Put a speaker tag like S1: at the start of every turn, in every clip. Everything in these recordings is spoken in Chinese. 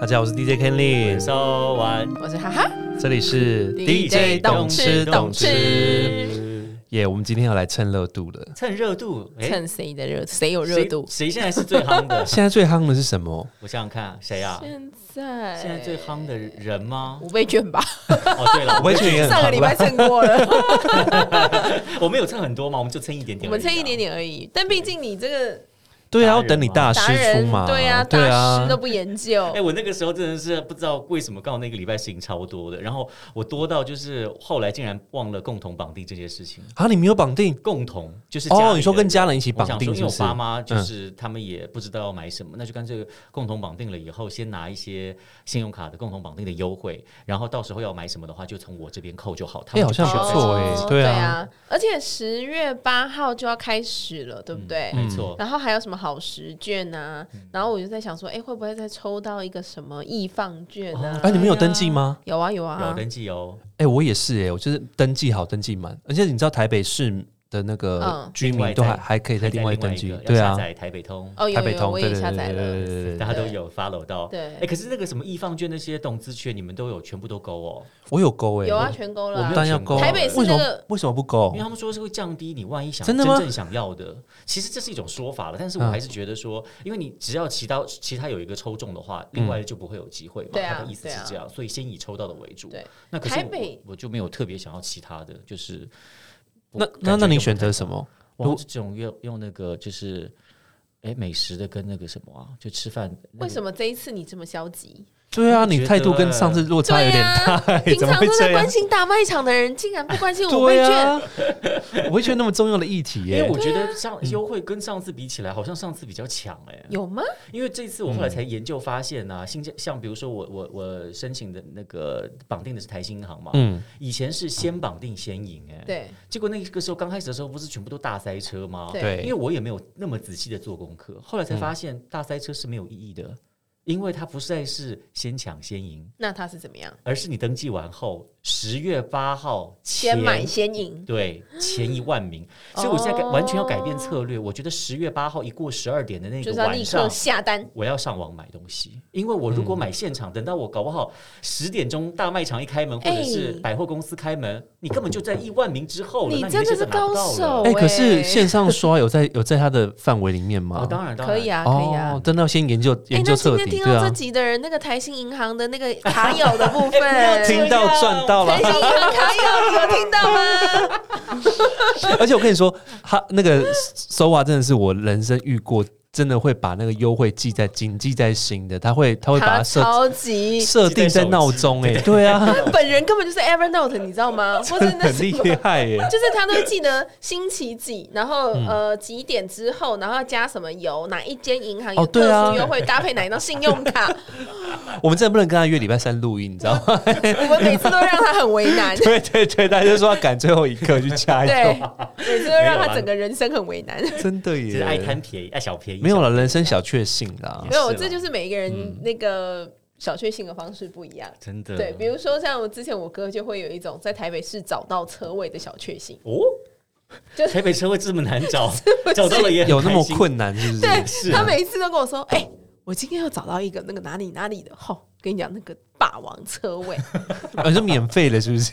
S1: 大家好，我是 DJ Kenley，
S2: 收完
S3: 我是哈哈
S1: 这里是
S3: DJ 懂吃懂吃，
S1: 耶我们今天要来蹭热度了。
S2: 趁热度，诶
S3: 趁谁的热谁有热度？
S2: 谁谁现在是最夯的？
S1: 现在最夯的是什么？
S2: 我想想看，谁啊？
S3: 现在
S2: 现在最夯的人吗？
S3: 五倍券 吧，
S2: 哦，对了，
S1: 我也觉得也很
S3: 上个礼
S1: 夯啦。
S3: 拜蹭过了，
S2: 我们有蹭很多嘛，我们就蹭一点
S3: 我
S2: 点而已啊，
S3: 们蹭一点点而已。但毕竟你这个
S1: 对啊，
S2: 达
S1: 要
S2: 人
S1: 等你
S2: 嘛
S1: 大
S3: 达
S1: 师
S3: 人
S1: 出马。，
S3: 对啊，
S1: 对
S3: 大师都
S1: 啊，
S3: 不研究
S2: 哎、，我那个时候真的是不知道为什么，刚好那个礼拜事情超多的，然后我多到就是后来竟然忘了共同绑定这件事情。
S1: 啊，你没有绑定
S2: 共同就是家里
S1: 哦？
S2: 的
S1: 你说跟家人一起
S2: 我
S1: 绑
S2: 想
S1: 定
S2: 说，
S1: 是嗯不
S2: 因为我
S1: 是？
S2: 爸妈就是他们也不知道要买什么，那就干脆共同绑定了以后，先拿一些信用卡的共同绑定的优惠，然后到时候要买什么的话，就从我这边扣就好。他们
S1: 好像
S2: 就
S1: 不
S2: 不需要再
S1: 错
S2: 找
S1: 哎
S3: 哦
S1: 对
S3: 对
S1: 啊，
S3: 而且十月八号就要开始了，对不对？
S2: 嗯
S1: 嗯
S2: 没错，
S3: 然后还有什么好时券啊？然后我就在想说，哎，会不会再抽到一个什么易放券啊？
S1: 哎，你们有登记吗？
S3: 有啊有
S2: 有
S3: 啊，
S2: 登记哦，
S1: 哎，我也是哎，我就是登记好登记满，而且你知道台北市的那个
S3: 嗯
S1: 居
S2: 另
S1: 民
S2: 外
S1: 都还
S2: 再
S1: 还可以再
S2: 还
S1: 另外登记
S2: 一个，要
S1: 对啊
S2: 下，载台北通。
S3: 哦
S1: 台
S3: 有
S1: 北
S3: 有，
S1: 通，
S3: 我
S1: 对
S3: 也
S1: 对
S3: 下
S1: 对
S3: 载
S1: 对对
S3: 了。
S1: 对对
S2: 大
S1: 对，
S2: 家都有 follow 到，
S3: 对
S2: 哎、可是那个什么易放券那些动资券，你们都有全部都勾哦，
S1: 我有勾哎，
S3: 有啊，
S1: 我
S3: 全勾了
S2: 我没
S3: 啊
S2: 有。
S1: 但要
S2: 全
S1: 勾啊，
S2: 勾台
S3: 北市
S1: 为什么
S3: 那个
S1: 为什么不勾
S2: 因为？他们说是会降低你万一想
S1: 真
S2: 真
S1: 的吗
S2: 正想要的，其实这是一种说法了。但是我
S1: 嗯
S2: 还是觉得说，因为你只要其他其他有一个抽中的
S1: 嗯
S2: 话，另外就不会有机会嘛。
S3: 对啊
S2: 他的意思是这样，所以先以抽到的为主。
S3: 对，
S2: 那可是
S3: 台
S2: 我
S3: 北
S2: 我就没有特别想要其他的，就是我
S1: 那
S2: 感觉
S1: 那那你
S2: 就不
S1: 选择
S2: 太
S1: 什么？
S2: 我这种用用那个就是。哎，美食的跟那个什么啊，就吃饭、那个
S3: 为什么这一次你这么消极？
S1: 对啊，
S2: 我觉
S1: 你态度跟上次落哦差有点大， 欸
S3: 啊平
S1: 怎么
S3: 常
S1: 会
S3: 都
S1: 这
S3: 在
S1: 样
S3: 关？心大卖场的人，竟然不关心五 倍
S1: 对
S3: 券。
S1: 啊，我会觉得那么重要的议题
S2: 因为
S1: 耶
S2: 我，觉得上优惠跟上次比起来，好像上次比较强哎、
S3: 有吗？
S2: 因为这次我后来才研究发现呐、新加像比如说我我我申请的那个绑定的是台新银行嘛，
S1: 嗯，
S2: 以前是先绑定先赢哎、
S3: 对，
S2: 结果那个时候刚开始的时候不是全部都大塞车吗？
S3: 对
S2: 因为我也没有那么仔细的做功课，后来才发现大塞车是没有意义的，因为它不再是先抢先赢，
S3: 那他是怎么样？
S2: 而是你登记完后十月八号前
S3: 先买先赢。
S2: 对，前一万 名，所以我现在改完全要改变
S3: 哦
S2: 策略。我觉得十月八号一过十二点的那
S3: 就
S2: 个
S3: 是要
S2: 晚
S3: 立
S2: 上
S3: 刻，下单，
S2: 我要上网买东西，因为我如果
S3: 嗯
S2: 买现场，等到我搞不好十点钟大卖场一开门，或者是
S3: 哎
S2: 百货公司开门，你根本就在一万名之后了，
S3: 你
S2: 那
S3: 真的
S2: 那些都
S3: 是
S2: 拿不到
S3: 高手
S2: 了哦
S1: 哎，可是
S3: 喂
S1: 线上刷有在有在它的范围里面
S2: 哦，
S1: 吗？
S2: 当然，当然
S3: 可以
S2: 啊。
S3: 啊，可以啊
S1: 哦，。真的要先研究
S3: 哎
S1: 研，究
S3: 那今
S1: 彻
S3: 天
S1: 底，
S3: 听
S1: 对
S3: 到这
S1: 啊，
S3: 集的人，那个台新银行的那个卡友的部
S2: 哎不
S3: 分，
S2: 要
S1: 听到赚到了
S3: 台。新银行卡友，你有听到吗？
S1: 而且我跟你说，他那个手瓦真的是我人生遇过，真的会把那个优惠记在谨记在心的，他会 他会把它
S3: 他
S1: 设
S3: 超级，
S1: 设定在闹钟，哎，对 啊，
S3: 他本人根本就是 Evernote，你知道吗？或
S1: 真
S3: 者
S1: 的
S3: 那
S1: 很
S3: 什
S1: 厉
S3: 么
S1: 害耶。
S3: 就是他都会记得星期几，然后、
S1: 嗯
S3: 呃几点之后，然后要加什么油，哪一间银行有
S1: 哦
S3: 特
S1: 对啊
S3: 殊优惠，搭配哪一张信用卡，
S1: 我们真的不能跟他约礼拜三录音，你知道吗？
S3: 我们每次都让他很为 难，
S1: 对对对，大家就说要赶最后一刻去加油
S3: 对，，每次都让他整个人生很为难。
S1: 真的
S2: 只
S1: 耶，
S2: 是爱贪便宜，爱小便宜。
S1: 没有
S2: 小
S1: 了，人生小确幸啦
S2: 也。
S3: 没有，
S2: 是啦
S3: 这就是每一个
S1: 嗯
S3: 人那个小确幸的方式不一样。
S2: 真的
S3: 对，比如说像我之前我哥就会有一种在台北市找到车位的小确幸，
S2: 哦，
S3: 就
S2: 台北车位这么难 找，找到了也很
S1: 有那么
S2: 开心，
S1: 困难是不是？
S3: 对
S2: 是啊
S3: 他每次都跟我说：“哎、我今天又找到一个那个哪里哪里的，吼、跟你讲那个霸王车位。”
S1: 而是免费的，是 不是？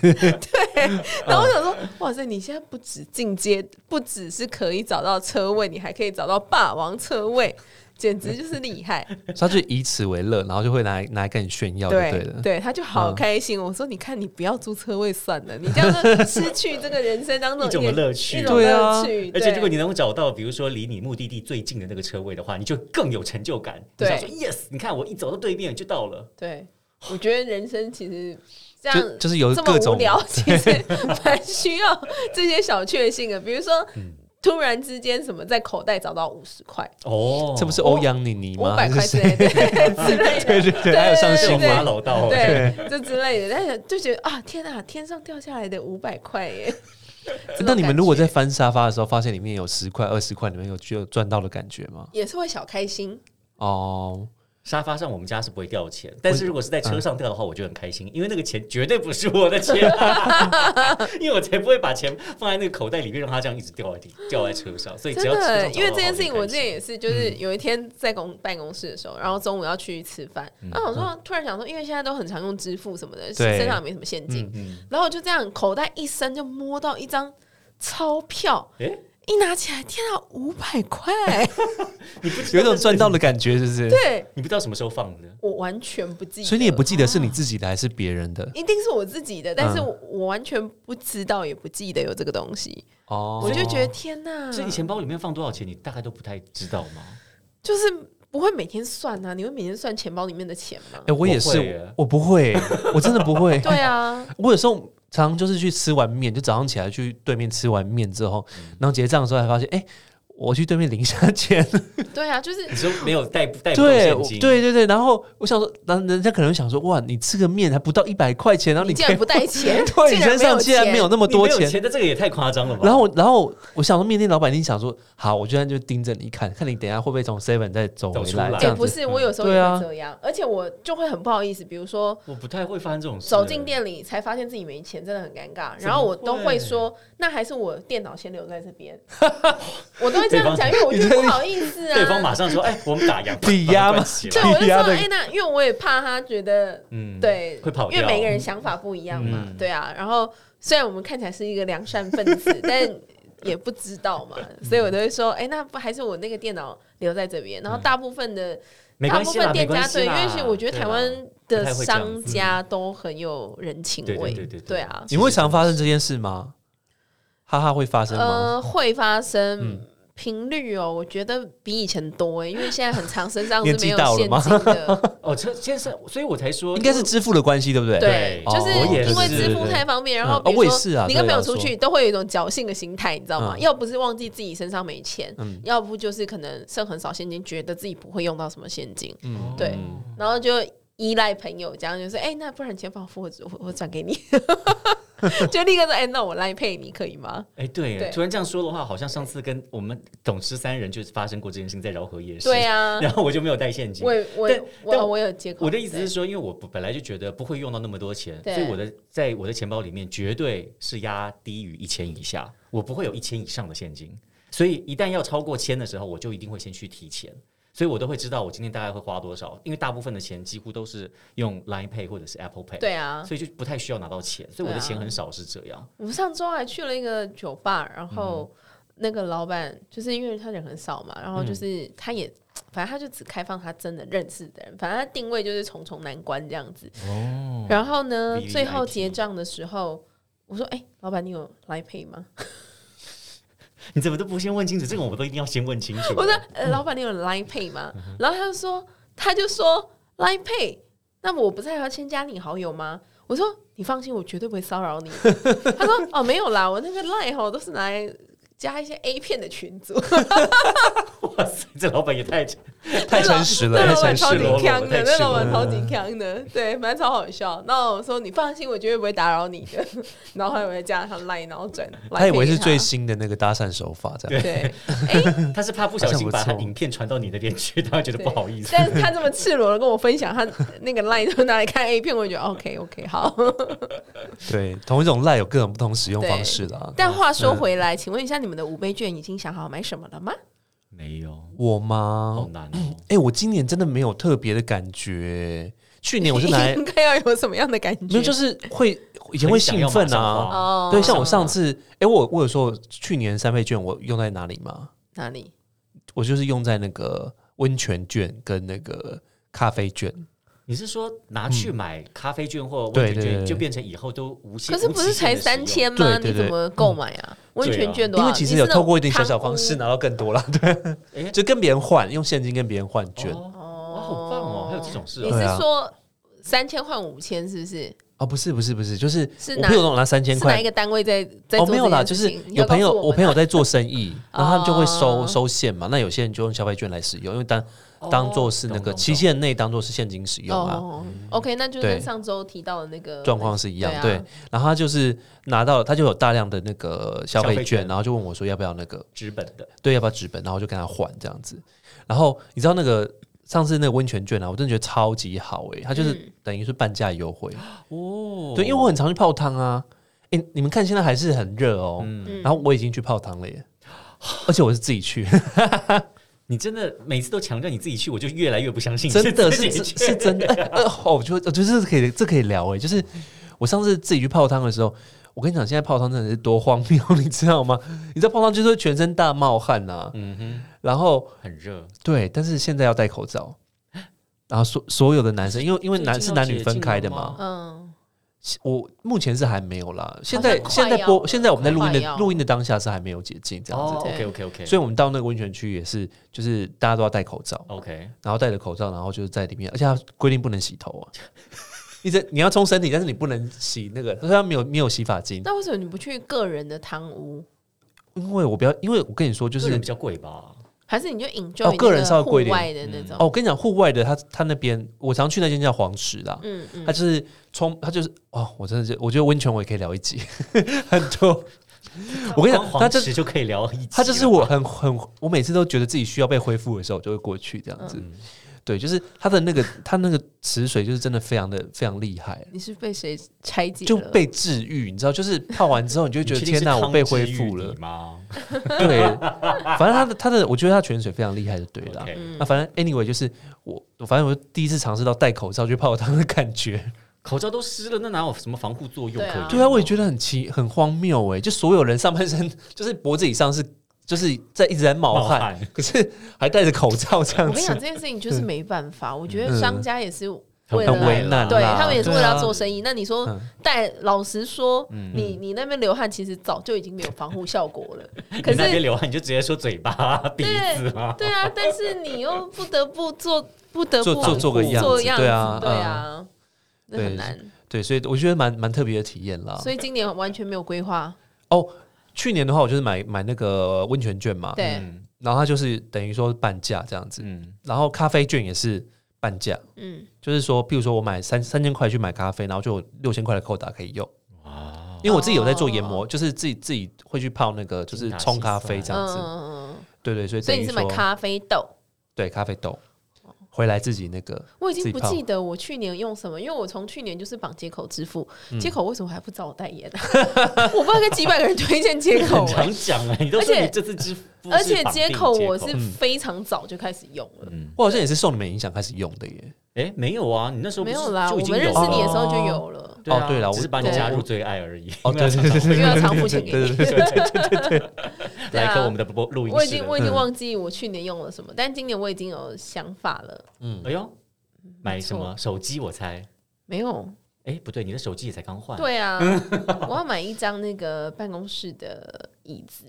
S3: 然后我想说，
S1: 嗯
S3: 哇塞，你现在不止进阶，不只是可以找到车位，你还可以找到霸王车位，简直就是厉害！
S1: 所以他就以此为乐，然后就会拿来拿来跟你炫耀，就对嗯
S3: 对
S1: 了。
S3: 对，他就好开心。我说，你看，你不要租车位算了，你这样就失去这个人生当中
S2: 一种
S3: 个
S2: 乐趣
S3: 一种
S1: 对啊
S3: 乐趣。
S2: 而且如果
S3: 对
S2: 你能够找到，比如说离你目的地最近的那个车位的话，你就更有成就感。
S3: 对
S2: 你想说 yes，你看我一走到对面就到了。
S3: 对，我觉得人生其实这样
S1: 就就是有
S3: 这
S1: 各
S3: 么无
S1: 种
S3: 聊，其实蛮需要这些小确幸的，比如说。
S2: 嗯
S3: 突然之间，什么在口袋找到五十块、
S2: 哦，
S1: 这不是欧阳妮妮
S3: 五
S1: 吗？
S3: 百
S1: 就
S3: 块
S1: 是
S3: 之类的之类 的，
S1: 对对对，还有上新
S2: 种
S3: 对
S2: 马
S1: 闻。
S2: 老道。
S3: 对，这之类的，但是就觉得啊，天啊，天上掉下来的五百块耶！ 这种
S1: 那你们
S3: 感
S1: 如果
S3: 觉
S1: 在翻沙发的时候，发现里面有十块、二十块，你们有就赚到的感觉吗？
S3: 也是会小开心，
S1: 哦，
S2: 沙发上我们家是不会掉钱，但是如果是在车上掉的话，我就很开心，因为那个钱绝对不是我的 钱，因为我才不会把钱放在那个口袋里面，让它这样一直掉在地，掉在车上。所以
S3: 真
S2: 欸只要车上
S3: 的，
S2: 找到
S3: 因为
S2: 的
S3: 这
S2: 话
S3: 件事情，
S2: 就
S3: 我
S2: 很开心
S3: 之前也是，就是有一天在公办公室的时候，然后中午要去吃饭，然后我说突然想说，因为现在都很常用支付什么的，
S1: 对
S3: 身上也没什么现金，
S2: 嗯，
S3: 然后我就这样口袋一伸就摸到一张钞票，
S2: 哎、
S3: 一拿起来，天啊，五百块！
S2: 你不知道
S1: 有一种赚到的感觉，是不是？对，
S3: 对
S2: 你不知道什么时候放的，
S3: 我完全不记得，
S1: 所以你也不记得是你自己的还是别人的
S3: 一定是我自己的，但是
S1: 嗯
S3: 我,、我完全不知道，也不记得有这个东西，
S1: 哦
S3: 我就觉得天哪，
S2: 所以你钱包里面放多少钱，你大概都不太知道吗？
S3: 就是不会每天算啊，你会每天算钱包里面的钱吗
S1: 哎、？我也
S2: 我会耶
S1: 是，我不会，我真的不会。
S3: 对啊，
S1: 我有时候常常就是去吃完面，就早上起来去对面吃完面之后，
S2: 嗯
S1: 然后结账的时候才发现，哎、我去对面领一下 钱。
S3: 对啊，就是
S2: 你说没有带带不动
S1: 对，
S2: 现
S1: 我
S2: 金，
S1: 对，对对。然后我想说，然后人家可能想说，哇，你吃个面还不到一百块钱，然后
S3: 你
S1: 你
S3: 竟
S1: 可以
S3: 然不带钱，
S1: 对，你身上竟然没有
S3: 钱，
S1: 那么多
S2: 你没有
S1: 钱。
S2: 钱的这个也太夸张了吧？
S1: 然后我，然后我想说，面店老板一定想说，好，我居然就盯着你看，看你等一下会不会从 Seven 再走
S2: 走
S1: 回
S2: 出
S1: 来。
S2: 来
S1: 这
S3: 也
S1: 样
S3: 不
S1: 子，
S3: 是，我有时候
S1: 对
S3: 也
S1: 啊
S3: 会这样，而且我就会很不好意思，比如说。
S2: 我不太会发生这种事。
S3: 走进店啊里才发现自己没钱，真的很尴尬。
S2: 怎么
S3: 然后我都会说，那还是我电脑先留在 这边，我都会这样讲，因为我觉得不好意思啊。
S2: 对方马上说：“哎，我们打烊，
S1: 抵押嘛
S2: 把它关起来
S3: 对，我就
S1: 低
S3: 说，
S1: 压的
S3: 哎、那因为我也怕他觉得，
S2: 嗯，
S3: 对，
S2: 会跑掉
S3: 因为每个人想法不一样嘛，
S2: 嗯
S3: 对啊。然后虽然我们看起来是一个良善分 子，但也不知道嘛，所以我都会说，哎、那不还是我那个电脑留在这边。然后大部分的、
S2: 嗯没
S3: 大
S2: 关
S3: 部
S2: 系
S3: 分
S2: 啦，
S3: 店
S2: 没
S3: 家
S2: 关系
S3: 对，因
S2: 啦。
S3: 为是我觉得
S2: 对
S3: 台
S2: 啦
S3: 湾
S2: 不
S3: 的
S2: 太会这样
S3: 商
S2: 子
S3: 家都很有人情
S2: 对对
S3: 味，
S2: 对对对
S3: 啊。
S1: 你会常发生这件事吗？哈哈，会发生吗？
S3: 呃，会发
S2: 嗯
S3: 生频率哦，我觉得比以前多哎，因为现在很 长身上是
S1: 年
S3: 没
S1: 纪
S3: 有
S1: 到了
S3: 现
S1: 吗
S3: 金的，
S2: 哦，这先生，所以我才说
S1: 应该是支付的关系，对不对？
S3: 对，
S2: 对
S3: 就是
S1: 哦
S2: 我也
S3: 因为
S2: 是
S3: 支付
S1: 对
S3: 太方便，然
S1: 嗯
S3: 后
S1: 哦
S3: 比
S1: 我
S3: 如
S1: 也是
S3: 说
S1: 啊
S3: 你跟朋友
S1: 对
S3: 出
S1: 我要
S3: 去，都会有一种侥幸的心态，你知道吗？
S1: 嗯
S3: 要不是忘记自己身上没钱，
S1: 嗯
S3: 要不就是可能剩很少现金，觉得自己不会用到什么现金，
S1: 嗯
S3: 对
S2: 嗯
S3: 然后就依赖朋友，这样就是哎，那不然钱包付我我我转 给你，就立刻说哎，那我来配你可以吗？
S2: 哎，对
S3: 对，
S2: 突然这样说的话，好像上次跟我们董事三人就是发生过这件事情，在饶河夜市。
S3: 对、啊，
S2: 然后我就没有带现金
S3: 我。也我也
S2: 但
S3: 我
S2: 但
S3: 哦我有借口，
S2: 我的意思
S3: 对
S2: 是说，因为我本来就觉得不会用到那么多钱，
S3: 对
S2: 所以我的在我的钱包里面绝对是压低于一千以下，我不会有一千以上的现金。所以一旦要超过千的时候，我就一定会先去提钱，所以我都会知道我今天大概会花多少，因为大部分的钱几乎都是用 Line Pay 或者是 Apple Pay，、
S3: 对啊，
S2: 所以就不太需要拿到钱，所以我的钱很少是这样。
S3: 我们上周还去了一个酒吧，然后那个老板就是因为他人很少嘛，然后就是他也。反正他就只开放他真的认识的人，反正他定位就是重重难关这样子。
S2: 哦，
S3: 然后呢，
S2: VVIP
S3: 最后结账的时候，我说：“哎、老板，你有来配吗
S2: 你怎么都不先问清楚？这个我们都一定要先问清楚？”。
S3: 我说：“呃，老板，你有来配吗？”然后他就说：“他就说来配，那么我不是还要先加你好友吗？”我说：“你放心，我绝对不会骚扰你。” 他说：“哦，没有啦，我那个 line 吼都是拿来加一些 A 片的群组。”
S2: 哇塞，这老板也 太……
S1: 嗯太诚实了，
S3: 那
S1: 太
S3: 老
S1: 诚
S3: 板超
S1: 实
S3: 级
S1: 了。嗯
S3: 强的，那老
S2: 太
S3: 板
S2: 赤
S3: 超级强的，对，反正超好笑。那我说你放心，我绝对不会打扰你的。 然后后来我再加上他赖，然后转，
S1: 他以为是最
S3: 赖
S1: 新的那个搭讪手法，这样。
S3: 给他对，
S2: 他是怕不小心把
S1: 嗯好像
S2: 他
S1: 不错
S2: 影片传到你那边去，他会觉得不好意思。
S3: 但是他这么赤裸的跟我分享他那个赖都拿来看 A 片，我就觉得 OK OK 好。
S1: 对，同一种赖有各种不同使用方式啦。
S3: 但话说
S1: 嗯
S3: 回来，请问一下，你们的五倍券已经想好买什么了吗？
S2: 没有，
S1: 我
S2: 好
S1: 吗？
S2: 难哦。
S1: 哎、我今年真的没有特别的感觉。去年我是拿来
S3: 应该要有什么样的感觉？
S1: 没有，就是会以前会兴奋
S2: 很想要马上
S1: 啊。
S2: 花
S3: 哦，
S1: 对，像我上次，哎、我我有说去年三倍券我用在哪里吗？
S3: 哪里？
S1: 我就是用在那个温泉券跟那个咖啡券。
S2: 你是说拿去买咖啡券或
S1: 嗯
S2: 温
S1: 对
S2: 泉
S1: 对对
S2: 券，
S1: 对
S2: 就变成以后都无限？
S3: 可是不是才
S2: 无极限地使
S3: 三
S2: 用？
S3: 千吗？
S1: 对对
S3: 你怎
S1: 对
S3: 么购买啊？温泉券多
S1: 因
S3: 少？
S1: 为其实
S3: 你
S1: 有
S3: 是那种
S1: 透过一点小小
S3: 贪污
S1: 方式拿到更多了，对，
S2: 诶
S1: 就跟别人换，用现金跟别人换券。
S2: 哦，
S3: 哦
S2: 哇，好棒哦！还有这种事
S3: 你
S2: 哦。
S1: 对
S3: 是
S1: 啊
S3: 说三千换五千是不是？
S1: 哦，不是不是不是，就是
S3: 是
S1: 我
S3: 哪
S1: 朋友都拿三千
S3: 是哪
S1: 块
S3: 一，个单位在在
S1: 哦
S3: 做这件事情？
S1: 没有啦，就是
S3: 你
S1: 有
S3: 要告
S1: 朋
S3: 诉
S1: 友
S3: 我们啊
S1: 我朋友在做生 意，然后他们就会收
S3: 哦
S1: 收现嘛，那有些人就用消费券来使用，因为当
S2: 哦
S1: 当做是那
S2: 懂
S1: 个
S2: 懂
S1: 期
S2: 懂
S1: 限内当做是现金使用啊。
S3: 哦，OK，那就
S1: 对
S3: 跟上周提到的那个
S1: 状况是一样，
S3: 对
S1: 对
S3: 啊。
S1: 然后他就是拿到，他就有大量的那个消
S2: 消
S1: 费
S2: 费
S1: 券，
S2: 券
S1: 然后就问我说要不要那个，
S2: 纸本的，
S1: 对，要不要纸本，然后就跟他换这样子。然后你知道那个上次那个温泉券啊，我真的觉得超级好欸诶、它就是
S3: 嗯
S1: 等于是半价优惠。
S2: 哦
S1: 对，因为我很常去泡汤啊。诶，你们看现在还是很热哦，
S3: 嗯
S1: 然后我已经去泡汤了耶，而且我是自己去，
S2: 你真的每次都强调你自己去，我就越来越不相 信你
S1: 真的
S2: 自
S1: 是
S2: 己
S1: 是
S2: 去
S1: 是真的。哎呃哦，我觉得我觉得这是可以这可以聊诶，就是我上次自己去泡汤的时候。我跟你讲，现在泡汤真的是多荒谬， 你知道吗？你在泡汤就是会全身大冒汗呐、啊
S2: 嗯哼，
S1: 然后
S2: 很热，
S1: 对，但是现在要戴口罩，然后所所有的男生，因为因为
S2: 最
S1: 男
S2: 近
S1: 是
S2: 要
S1: 男
S2: 解
S1: 女分
S2: 禁
S1: 开
S2: 了
S1: 的
S2: 吗
S1: 嘛，
S3: 嗯，
S1: 我目前是还没有啦，现
S3: 像
S1: 在
S3: 快
S1: 现在
S3: 要
S1: 播，
S3: 了
S1: 现在我们在录音
S3: 快
S1: 的
S3: 要
S1: 录音的当下是还没有解禁这样子，
S2: 哦
S3: 对
S2: ，OK OK OK，
S1: 所以
S2: 以
S1: 我们到那个温泉区也是，就是大家都要戴口罩，
S2: OK
S1: 然后戴着口罩，然后就是在里面，而且它规定不能洗头啊， 你这你要冲身体，但是你不能洗那个，它虽然没有没有洗发精，
S3: 那为什么你不去个人的汤屋？
S1: 因为我不要，因为我跟你说就
S2: 就是是比较贵吧，
S3: 还是你就 enjoy
S1: 哦
S3: 那
S1: 个人稍微
S3: 户
S1: 贵一点
S3: 外的那种？
S1: 哦，我跟你讲，户外的它它那边我常去那间叫黄池啦，
S3: 嗯
S1: 它就
S3: 嗯，
S1: 是冲，它就是哦，我真的是我觉得温泉我也可以聊一集， 很多。我跟你讲，
S2: 光
S1: 它
S2: 黄
S1: 就
S2: 池就可以聊一集了，
S1: 它就是我很很，我每次都觉得自己需要被恢复的时候，我就会过去这样
S3: 嗯
S2: 嗯
S1: 子。对，就是它的那个它那个池水，就是真的非常的非常厉害，
S3: 你是被谁拆解了？
S1: 就被治愈，你知道，就是泡完之后，你就会
S2: 你
S1: 觉
S2: 确
S1: 得
S2: 定
S1: 天
S2: 是
S1: 哪，我
S2: 汤
S1: 被
S2: 之
S1: 恢
S2: 玉
S1: 复
S2: 你
S1: 了。
S2: 吗？
S1: 对，反正它的它的，我觉得它泉水非常厉害，就对了啊。
S2: OK
S3: 嗯
S1: 那反正 anyway 就是我，我反正我第一次尝试到戴口罩去泡汤的感觉。
S2: 口罩都湿了，那哪有什么防护作用
S3: 对啊
S2: 可以？
S1: 对啊，我也觉得很奇很荒谬哎、就所有人上半身就是脖子以上是就是在一直在冒
S2: 冒
S1: 汗，
S2: 汗
S1: 可是还戴着口罩这样
S3: 我跟你讲
S1: 子
S3: 这，件事情就是没办法，我觉
S1: 嗯
S3: 得商家也是
S2: 很
S3: 为了
S1: 很为难
S3: 对
S1: 啦
S3: 他们也是为了
S1: 对啊
S3: 要做生意。那你说
S1: 嗯
S3: 戴，老实说，你你那边流汗其实早就已经没有防护效果 了，可
S2: 你那边
S3: 是
S2: 流汗，你就直接说嘴巴、鼻子啊。
S3: 对啊，但是你又不得不做，不得不
S1: 做做做个样子
S3: 做样
S1: 对啊
S3: 对啊，那
S1: 对
S3: 很难。
S1: 对，所以我觉得蛮蛮特别的体验啦。
S3: 所以今年完全没有规划，
S1: 哦，去年的话我就是买买那个温泉券嘛，
S3: 对，
S2: 嗯
S1: 然后它就是等于说半价这样子，
S2: 嗯，
S1: 然后咖啡券也是半价，
S3: 嗯，
S1: 就是说，譬如说我买三三千块去买咖啡，然后就有六千块的扣打可以用。
S2: 哇，
S1: 因为我自己有在做研磨，就是自己自己会去泡那个，就是冲咖啡这样
S3: 嗯
S1: 子。
S3: 嗯嗯，
S1: 对对，所以
S3: 所以
S1: 等
S3: 你
S1: 于
S3: 是买
S1: 说
S3: 咖啡豆。
S1: 对咖啡豆回来自己那个
S3: 我已
S1: 自己
S3: 经不
S1: 泡
S3: 记得我去年用什么，因为我从去年就是绑接口支付，接口为什么还不找我代言、啊？ 我不知道跟几百个人推荐接口
S2: 很、
S3: 欸
S2: 常讲哎，你都
S3: 而
S2: 说
S3: 且
S2: 你这次支付，
S3: 而且接口我是
S2: 接口
S3: 非常早就开始用了，
S2: 嗯，
S1: 我好像也是受你们影响开始用的耶。
S2: 哎，没有啊，你那时候不
S3: 没
S2: 是
S3: 有啦，
S2: 就
S3: 我
S2: 已经
S3: 们
S2: 有
S3: 认识
S2: 了
S3: 你的时候就有了。
S2: 对
S1: 哦
S2: 啊，
S1: 对啦我
S2: 只是把你
S3: 对
S2: 加入最爱而已。
S1: 哦， 对对对
S3: 我
S1: 对
S3: 又要常付钱给
S1: 对
S3: 你，
S1: 对
S3: 对
S2: 来
S3: 啊
S2: 和我们的播录音室，
S3: 我已经我已经
S1: 嗯
S3: 忘记我去年用了什么，但今年我已经有想法了。
S2: 哎呦，买什
S3: 嗯没
S2: 么手机？我猜，
S3: 没有，
S2: 哎，不对，你的手机也才刚换。
S3: 对啊，我要买一张那个办公室的椅子，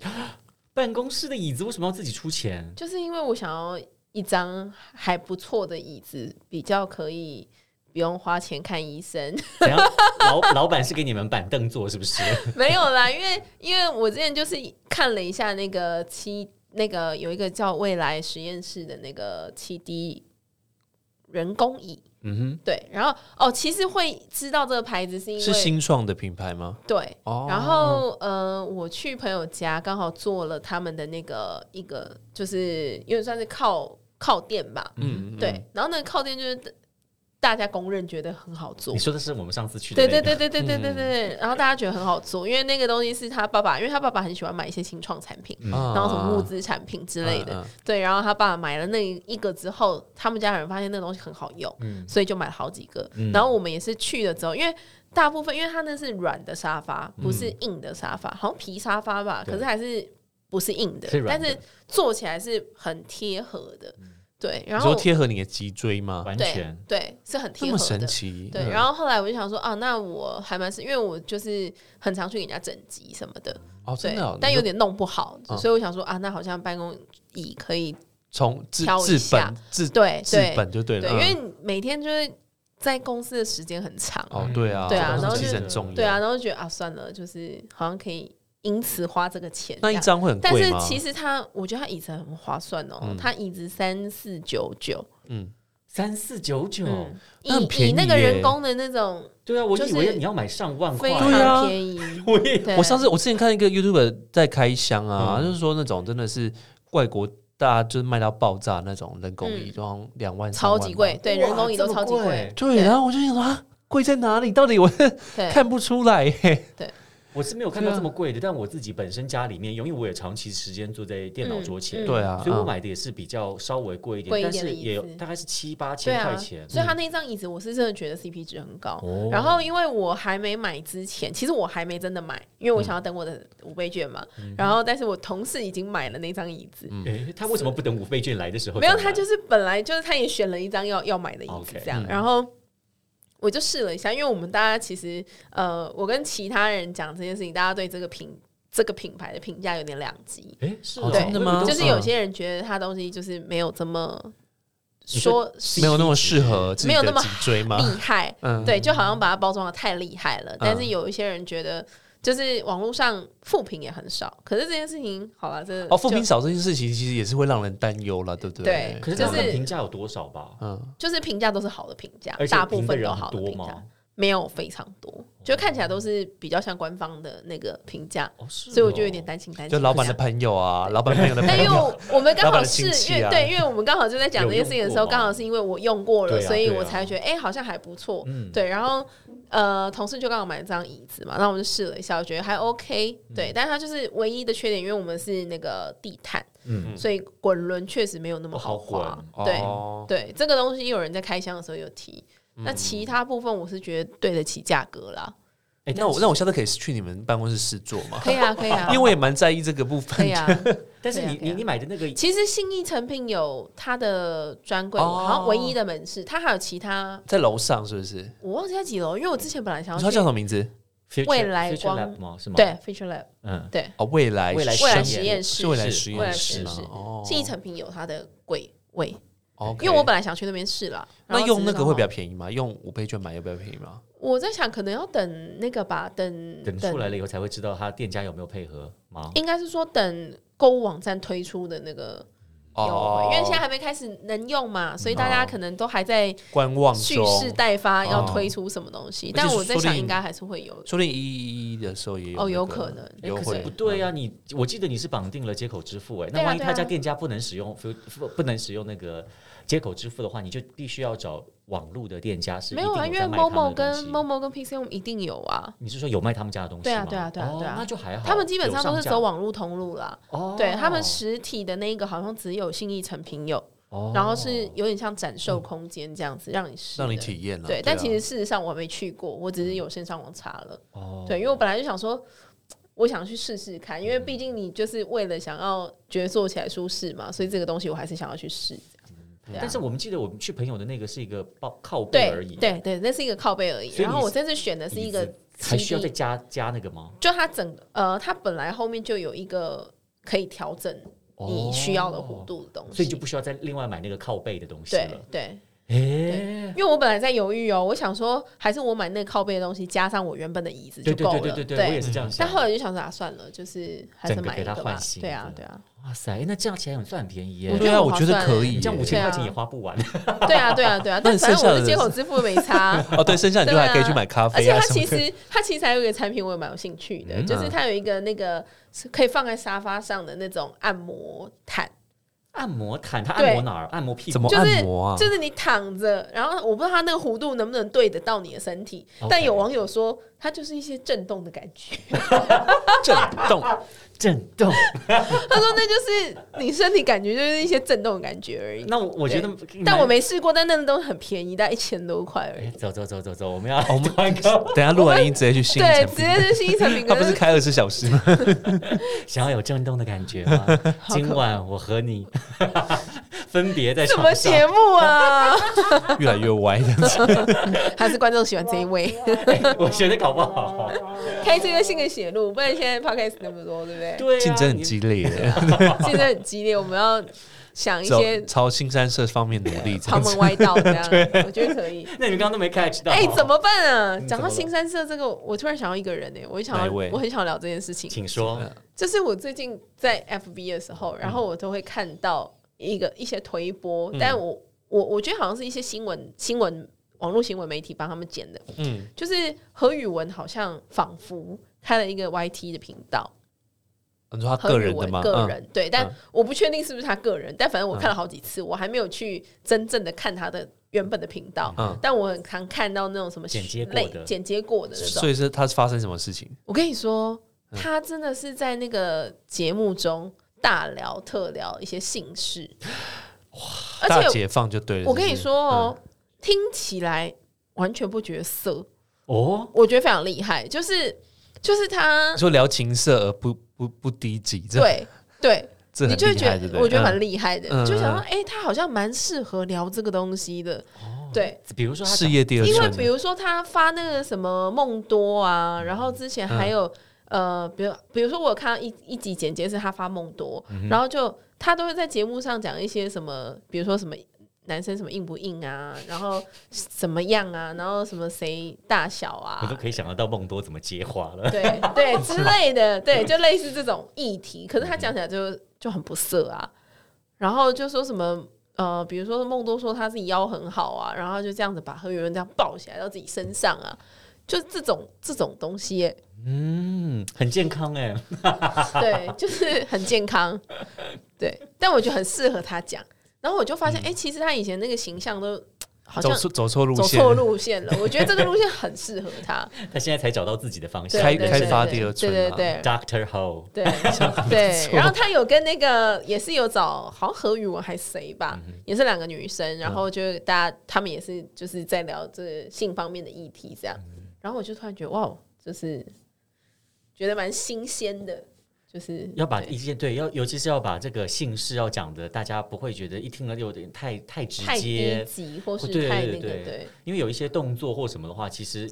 S2: 办公室的椅子为什么要自己出钱？
S3: 就是因为我想要一张还不错的椅子，比较可以不用花钱看医生。
S2: 怎样？老 老板是给你们板凳坐是不 是？
S3: 没有啦，因为因为我之前就是看了一下那个七那个有一个叫未来实验室的那个七 D 人工椅，
S2: 嗯
S3: 对，然后哦，其实会知道这个牌子是因
S1: 对，是
S3: 为
S1: 新创的品牌吗？
S3: 对。
S1: 哦，
S3: 然后，呃，我去朋友家，刚好做了他们的那个一个，就是因为算是靠靠垫吧，
S1: 嗯，
S3: 对，然后那个靠垫就是大大家公认觉得很好
S2: 哼，
S3: 做
S2: 你。说的是我们上次去的
S3: 对
S2: 那个，
S3: 对对对对对对对对，然后大家觉得很好做，因为那个东西是他爸爸，因为他爸爸很喜欢买一些新创产品，
S1: 嗯，
S3: 然后什么募资产品之类的，
S1: 的，
S3: 对，然后他爸爸买了那一个之后，他们家人发现那东西很好用，
S2: 嗯
S3: 所以就买了好几个
S2: 嗯。
S3: 然后我们也是去了之后，因为大部分因为它那是软的沙发，不是硬的沙发，好像皮沙发吧，
S2: 对
S3: 可是还是不是硬的
S2: 是，软
S3: 但
S2: 的
S3: 是坐起来是很贴合的，对，然
S1: 你
S3: 后
S1: 说贴合你的脊椎吗？
S2: 完
S3: 对
S2: 全
S3: 对，是很
S1: 这
S3: 贴
S1: 么
S3: 合
S1: 神
S3: 的。
S1: 奇？
S3: 对，然后后来我就想说啊，那我还蛮是，因为我就是很常去给人家整机什么的，
S1: 哦，
S3: 对
S1: 真的哦，，
S3: 但
S1: 你
S3: 有
S1: 就
S3: 点弄不好，
S1: 嗯
S3: 所以我想说啊，那好像办公椅可以，
S1: 从治
S3: 挑一
S1: 治
S3: 下
S1: 本治
S3: 对
S1: 治
S3: 对
S1: 本就对了，
S3: 对，
S1: 嗯
S3: 因为你每天就是在公司的时间很长，
S1: 哦，对啊，
S3: 对啊然后
S1: 其
S3: 就
S1: 实很重要，
S3: 对啊，，然后就觉得啊，算了，就是好像可以因此花这个钱，
S1: 那一
S3: 这样
S1: 张会很
S3: 但
S1: 贵
S3: 是
S1: 吗？
S3: 其实它，我觉得它椅子很划算哦
S1: 嗯，
S3: 它椅子三四九九，
S1: 嗯，
S2: 三四九九。
S3: 嗯，以
S1: 那很便宜
S3: 以那个
S1: 耶
S3: 人工的那种
S2: 对啊，我
S3: 就
S2: 以为
S3: 是
S2: 你要买上万块
S3: 非，
S1: 对啊
S3: 常便宜，
S2: 我也
S3: 对
S1: 我上次我之前看一个 YouTube 在开箱啊，
S2: 嗯
S1: 就是说那种真的是外国大家就是卖到爆炸那种人工椅，
S3: 嗯
S1: 就好像两万
S3: 超级，贵，对，人
S1: 哇
S3: 工椅都
S1: 这么
S3: 超级
S1: 三万
S3: 贵，
S1: 对，
S3: 对
S1: 然后我就想说啊，贵在哪里？到底 我
S3: 对，
S1: 看不出来
S3: 嗯
S1: 耶。
S2: 我是没有看到
S1: 对啊
S2: 这么贵的，但我自己本身家里面，因为我也长期时间坐在电脑桌前，
S3: 嗯
S1: 对啊，
S2: 所以我
S1: 嗯
S2: 买的也是比较稍微贵一点，
S3: 贵一
S2: 但
S3: 点的
S2: 是
S3: 椅
S2: 也有
S3: 子
S2: 大概是七八
S3: 对
S2: 千
S3: 啊
S2: 块，钱。
S3: 所以他那张椅子我是真的觉得 CP 值很高。
S2: 哦
S3: 然后因为我还没买之前，其实我还没真的买，因为我想要等我的五倍券嘛。然后，但是我同事已经买了那张椅子，
S2: 诶他为什么不等五倍券来的时候
S3: 没
S2: 再买？
S3: 有，他就是本来就是他也选了一张要要买的椅子
S2: OK，
S3: 这样，
S1: 嗯
S3: 然后。我就试了一下，因为我们大家其实，呃，我跟其他人讲这件事情，大家对这个品这个品牌的评价有点两极。
S2: 哎，是
S1: 哦
S2: 哦
S3: 真
S1: 的吗
S2: 我以为都
S3: 就是是有些人觉得它东西就是没有这么说
S1: 没有那么适合自己
S3: 没有
S1: 的
S3: 那么
S1: 脊椎吗？
S3: 厉害，
S1: 嗯，
S3: 对，就好像把它包装的太厉害了。但是有一些人觉得，就是网络上负评也很少，可是这件事情好了，这
S1: 哦，负
S3: 就
S1: 评少这件事情其实也是会让人担忧了，对不对
S3: 对？
S2: 可是
S3: 就
S2: 他们
S3: 是
S2: 评价有多少吧？
S1: 嗯，
S3: 就是评价都是好的评价
S2: 而，且
S3: 大部
S2: 评的
S3: 分都
S2: 人
S3: 好
S2: 很
S3: 的
S2: 多
S3: 评价
S2: 吗？
S3: 没有非常多，就看起来都是比较像官方的那个评价，
S2: 哦，是哦，
S3: 所以我就有点担心担心。
S1: 就老板的朋友啊，老板朋友 的
S3: 但
S1: 朋
S3: 因为
S1: 友，
S3: 我我们刚
S1: 老板
S3: 好
S1: 的
S3: 是
S1: 亲戚
S3: 因为
S1: 啊
S3: 对，因为我们刚好就在讲这件事情的时
S2: 有
S3: 候，
S2: 用过吗
S3: 刚好是因为我用过了，
S2: 对啊
S3: 所以
S2: 对啊
S3: 我才觉得哎、好像还不错。
S2: 嗯
S3: 对，然后呃，同事就刚好买了张椅子嘛，然后我们就试了一下，我觉得还 OK。对，
S2: 嗯
S3: 但是它就是唯一的缺点，因为我们是那个地毯，
S2: 嗯，哦
S3: 所以滚轮确实没有那么好
S2: 不好
S3: 滑
S2: 滚。
S3: 对、
S1: 哦
S3: 对，这个东西有人在开箱的时候有提。那其他部分我是觉得对得起价格 啦，
S2: 哎，
S1: 那
S2: 那
S1: 我
S2: 我
S1: 那我下次可以去你们办公室试做吗？
S3: 可以啊，可以啊，
S1: 因为我也蛮在意这个部
S3: 可
S1: 分
S3: 以。啊，
S2: 但是
S3: 对啊
S2: 你
S3: 对啊
S2: 你你买的那个
S3: 其实信义成品有它的专柜，
S1: 哦
S3: 好像唯一的门市，它还有其他，
S1: 在楼上是不是？
S3: 我忘记在几楼，因为我之前本来想
S1: 你说
S3: 要去
S1: 叫什么名字？
S2: Future-
S3: 未来
S2: Future
S3: 光
S2: Lab 吗？是吗？
S3: 对，Future Lab
S2: 嗯，
S3: 对
S1: 哦，未来
S2: 未来
S3: 未来
S2: 实
S3: 实
S2: 验
S3: 验
S1: 是
S3: 室
S1: 未来实
S3: 未来
S1: 验
S3: 实
S1: 室
S3: 验
S1: 吗
S3: 室？
S1: 哦，
S3: 信义成品有它的柜位。
S1: OK
S3: 因为我本来想去那边试啦，然
S1: 那
S3: 后
S1: 用
S3: 只
S1: 那
S3: 是
S1: 个
S3: 刚
S1: 会
S3: 好
S1: 比较便宜吗？用五倍券买要不要便宜吗？
S3: 我在想可能要等那个吧，等
S2: 等出来了以后才会知道他店家有没有配合吗？
S3: 应该是说等购物网站推出的那个优惠，因为现在还没开始能用嘛，所以大家
S1: 哦
S3: 可能都还在
S1: 观望
S3: 蓄
S1: 中，
S3: 势待发，要
S1: 哦
S3: 推出什么东西
S1: 而且。
S3: 但
S1: 说
S3: 我在
S1: 不
S3: 想，
S1: 定
S3: 应该还是会有
S1: 说不定一一一的时候也有
S3: 哦
S1: 那
S3: 有
S1: 个
S3: 可能哎
S1: 优
S3: 可
S1: 惠
S3: 是
S2: 不对啊，你我记得你是绑定了接口支付哎、
S3: 对
S2: 那
S3: 啊
S2: 万一
S3: 对
S2: 他家
S3: 啊
S2: 店家不能使用不不不能使用那个接口支付的话，你就必须要找网络的店家是
S3: 没有啊，
S2: 一
S3: 因
S2: 定在
S3: 为
S2: 卖他
S3: Momo
S2: 们的
S3: 跟
S2: 东西
S3: Momo 跟 PC 我们一定有啊，
S2: 你是说有卖他们家的东西吗？
S3: 对啊对啊对啊对啊
S2: 哦那就还好。
S3: 他们基本上都
S2: 有
S3: 是
S2: 架
S3: 走网路通路啦。
S2: 哦，
S3: 对他们实体的那个好像只有信义成品有，
S2: 哦
S3: 然后是有点像展售空间这样子让你试，
S1: 让你。体验了。
S3: 对
S1: 啊，
S3: 但其实事实上我还没去过，我只是有先上网查了。
S2: 嗯哦嗯
S3: 对，因为我本来就想说，我想去试试看，因为毕竟你就是为了想要觉得做起来舒适嘛，所以这个东西我还是想要去试。这
S2: 嗯
S3: 样对啊
S2: 但是我们记得我们去朋友的那个是一个抱靠背而
S3: 对
S2: 已，，
S3: 对对，那是一个靠背而已。
S2: 所以你
S3: 然后我这次选的是一个
S2: 还
S3: 七
S2: 需要
S3: D
S2: 再加加那个吗？
S3: 就它整个呃，它本来后面就有一个可以调整你需要的弧度的东西，
S2: 哦所以就不需要再另外买那个靠背的东西
S3: 对
S2: 了。
S3: 对。
S2: 哎，
S3: 因为我本来在犹豫哦，我想说还是我买那个靠背的东西，加上我原本的椅子
S2: 对
S3: 就
S2: 对
S3: 够
S2: 对
S3: 了。
S2: 对对对，我也是这样想
S3: 但。后来就想说啊，算了，就是还是
S2: 整个
S3: 买
S2: 给
S3: 一
S2: 它
S3: 个吧
S2: 换。新
S3: 对啊
S2: 的，
S3: 对啊，
S2: 哇塞，那这样起来很算很便宜
S3: 我
S2: 耶
S3: 觉，
S1: 对
S3: 得
S1: 啊，
S3: 很
S1: 我
S3: 划
S1: 觉得
S3: 算
S1: 可
S3: 欸
S1: 以耶。
S2: 你这样五
S3: 千
S2: 千块
S3: 块钱
S2: 钱
S3: 也
S2: 也花不完。
S3: 对啊，对啊，对啊。
S1: 那
S3: 但
S1: 你
S3: 反
S1: 剩
S3: 正
S1: 下
S3: 我
S1: 的
S3: 是接口支付没差。
S1: 哦，对，剩下你就
S3: 对
S1: 还
S3: 啊
S1: 可以去买咖
S3: 而
S1: 啡
S3: 且
S1: 啊
S3: 它
S1: 什么
S3: 其
S1: 的。
S3: 实它其实还有一个产品我也蛮有兴趣的，
S2: 嗯
S3: 就是它有一个那个是可以放在沙发上的那种按摩毯，
S2: 按摩毯，他
S3: 对
S2: 按摩哪儿？按摩屁股？
S1: 怎么
S3: 就是
S1: 按摩啊？
S3: 就是你躺着，然后我不知道它那个弧度能不能对得到你的身体
S2: OK
S3: 但有网友说它就是一些震动的感觉，
S1: 震动，哦
S2: 震动？
S3: 他说那就是你身体感觉就是一些震动的感觉而已。
S2: 那我我觉得，
S3: 但我没试过，但那个都很便宜，大概一千多块而
S2: 哎。
S3: 已。
S2: 走走走走走，我们要
S1: 哦我们
S2: 换个
S1: 等一下录完音直接去哎新
S3: 对，
S1: 城
S3: 直，接就是一成品，
S1: 他不
S3: 可
S1: 是开二十小时吗？
S2: 想要有震动的感觉吗？ 今晚我和你 分别在
S3: 什
S2: 床
S3: 么
S2: 上。
S3: 节目啊？
S1: 越来越歪这样子。
S3: 还是观众喜欢这一位？
S2: 我觉得搞不好，
S3: 开这个新的血路，不然现在 podcast 那么多，对不对？
S2: 对啊
S1: 竞争很激烈耶，
S3: 竞争很激烈，我们要想一
S1: 啊 走
S3: 些
S1: 朝新三社方面努力这
S3: 旁
S1: 样子。
S3: 门歪道，这样我觉得可以。
S2: 你那你们刚刚都没 catch 到？
S3: 哎、怎？么办啊？
S2: 嗯
S3: 讲
S2: 怎么
S3: 到
S2: 了
S3: 新三社这个，我突然想到一个人呢、我就想
S1: 哪一
S3: 要
S1: 位，
S3: 我很想聊这件事情。
S2: 请说。
S1: 啊
S3: 就是我最近在 FB 的时
S1: 嗯
S3: 候，然后我都会看到一个一些推播，但我我我觉得好像是一些新闻新闻网络新闻媒体帮他们剪的，
S1: 嗯，
S3: 就是何宇文好像仿佛开了一个 YT 的频道，
S1: 你说他
S3: 何
S1: 个
S3: 宇
S1: 人的
S3: 文
S1: 吗？
S3: 个
S1: 嗯
S3: 人对，但
S1: 嗯
S3: 我不确定是不是他个人，但反正我看了好几次，我还没有去真正的看他的原本的频道
S1: 嗯，
S3: 但我很常看到那种什么
S2: 剪接过
S3: 类
S2: 的
S3: 剪接过的那种。
S1: 所以嗯是他发生什么事情？
S3: 我跟你说，他真的是在那个节目中大聊特聊一些姓氏，而
S1: 大嗯
S3: 且
S1: 解放就对了。
S3: 我跟你
S1: 是不是
S3: 说哦，听起来完全不觉得色，
S2: 哦，
S3: 我觉得非常厉害，就是就是 他
S1: 你说聊情色而不不不低级，这
S3: 对对，
S1: 这
S3: 你
S1: 很
S3: 就会
S1: 厉
S3: 觉
S1: 害，对不
S3: 得
S1: 对？
S3: 我觉得蛮
S1: 嗯
S3: 厉害的，
S1: 嗯
S3: 就想
S1: 嗯
S3: 说
S1: 哦
S3: 哎、他好像蛮适合聊这个东西的，对。
S2: 比如说他
S1: 事业第二
S3: 因为
S1: 春，嗯
S3: 比如说他发那个什么梦多啊，然后之前还有、呃，比如比如说我有看到一一集简介是他发梦多，
S1: 嗯
S3: 然后就他都会在节目上讲一些什么，比如说什么男生什么硬不硬啊，然后怎么样啊，然后什么谁大小啊，
S2: 我都可以想得到梦多怎么接话了。
S3: 对对之类的，对，就类似这种议题。可是他讲起来就就很不色啊，然后就说什么呃，比如说梦多说他自己腰很好啊，然后就这样子把何圆圆这样抱起来到自己身上啊，就这种这种东西耶、
S2: 嗯，很健康哎、
S3: 对， 就是很健康，对。但我觉得很适合他讲。然后我就发现，哎、其实他以前那个形象都好
S1: 嗯走
S3: 像
S1: 错走错路
S3: 走
S1: 线，
S3: 错路线了。我觉得这个路线很适合 他，
S2: 他现在才找到自己的方向。
S3: 对
S1: 开
S3: 对
S1: 开
S3: 对
S1: 发
S3: 对
S1: 第二春
S3: 对
S1: 啊
S3: 对对。
S2: Doctor Ho，
S3: 对对，然后他有跟那个也是有找，好像何宇文还是谁吧，
S2: 嗯
S3: 也是两个女生，然后就大家他们也是就是在聊这性方面的议题这样，
S2: 嗯
S3: 然后我就突然觉得哇，就是觉得蛮新鲜的，就是
S2: 要把
S3: 对
S2: 意见对，要尤其是要把这个姓氏要讲的，大家不会觉得一听了有点太太直
S3: 太低
S2: 接，哦
S3: 级或是
S2: 对对
S3: 太那
S2: 对
S3: 个
S2: 对
S3: 对
S2: 因为有一些动作或什么的话，其实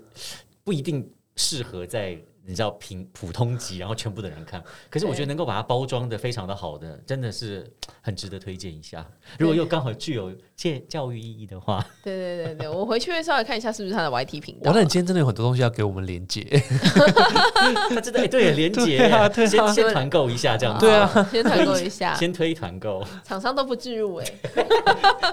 S2: 不一定适合在你知道平普通级，然后全部的人看。可是我
S3: 对
S2: 觉得能够把它包装的非常的好的，真的是很值得推荐一下。如果又刚好具有教教育意义的话，
S3: 对对对对，我回去会稍微看一下是不是他的 YT 频道
S1: 哇，，那你今天真的有很多东西要给我们连接，
S2: 他真的哎对，连结
S1: 对啊对啊
S2: 先先团购一下这样子，
S1: 对啊，
S3: 先团购一下，
S2: 先推团购。
S3: 厂商都不置入哎，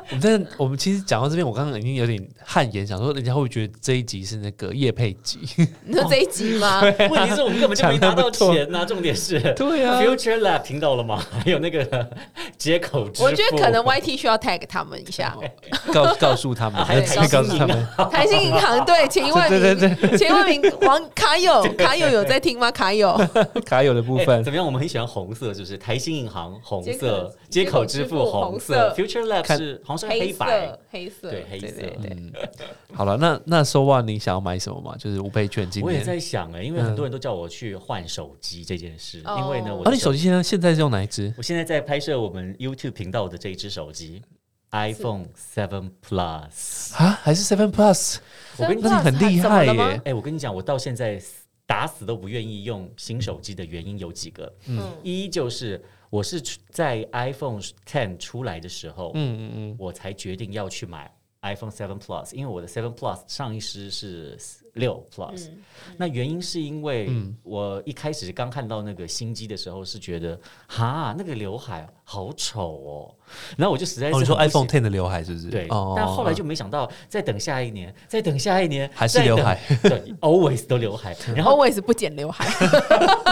S1: 我们但我们其实讲到这边，我刚刚已经有点汗颜，想说人家会不会觉得这一集是那个叶配 集？
S3: 你说这一集吗？
S2: 问题是我们根本就没拿到钱呐、重点是
S1: 对啊
S2: Future Lab 听到了吗？ 还有那个接口支付，
S3: 我觉得可能 YT 需要 tag 他们一下。
S2: 哦
S1: 告告诉他 们，
S2: 还有
S1: 直
S3: 台
S1: 接
S3: 新
S1: 告诉
S2: 银
S1: 他们，
S3: 台新银行 对，请问
S1: 对对对
S3: 名，请问名王卡友，卡友有在听吗？卡友，
S1: 卡友的部
S2: 哎
S1: 分
S2: 怎么样？我们很喜欢红色，就是台新银行红
S3: 接口
S2: 色，接口支
S3: 接口
S2: 付
S3: 支付
S2: 红
S3: 红色
S2: 色，Future Lab
S1: 看
S2: 是好像是
S3: 黑
S2: 黑白
S3: 色，，黑色，
S2: 对黑色嗯
S3: 对对对
S1: 嗯好了。那那收万，你想要买什么吗？就是五倍券今
S2: 我也
S1: 天。
S2: 在想哎、因
S1: 嗯
S2: 为很多人都叫我去换手机这件事，
S3: 哦
S2: 因为呢，我
S1: 啊，
S2: 的
S1: 你手机现在现在是用哪一只？
S2: 我现在在拍摄我们 YouTube 频道的这一只手机 iPhone Seven Plus。
S1: 啊，还是 Seven Plus？
S2: 我跟你
S1: 那你很厉害
S3: 怎么了
S1: 耶
S3: 吗！
S2: 哎、我跟你讲，我到现在死打死都不愿意用新手机的原因有几个。
S3: 嗯，
S2: 一就是我是出在 iPhone Ten 出来的时候，
S1: 嗯嗯嗯，
S2: 我才决定要去买 iPhone Seven Plus，因为我的 Seven Plus 上一支是六
S3: 嗯
S2: Plus、那原因是因为我一开始刚看到那个新机的时候，是觉得哈那个刘海好丑哦，然后我就实在是
S1: 哦，你说
S2: 很不喜
S1: iPhone Ten 的刘海是不是？
S2: 对，
S1: 哦，
S2: 但后来就没想到，再等下一年，再等下一年，
S1: 还是刘海
S2: 再等， 对，always 都刘海，然后
S3: always 不剪 刘海，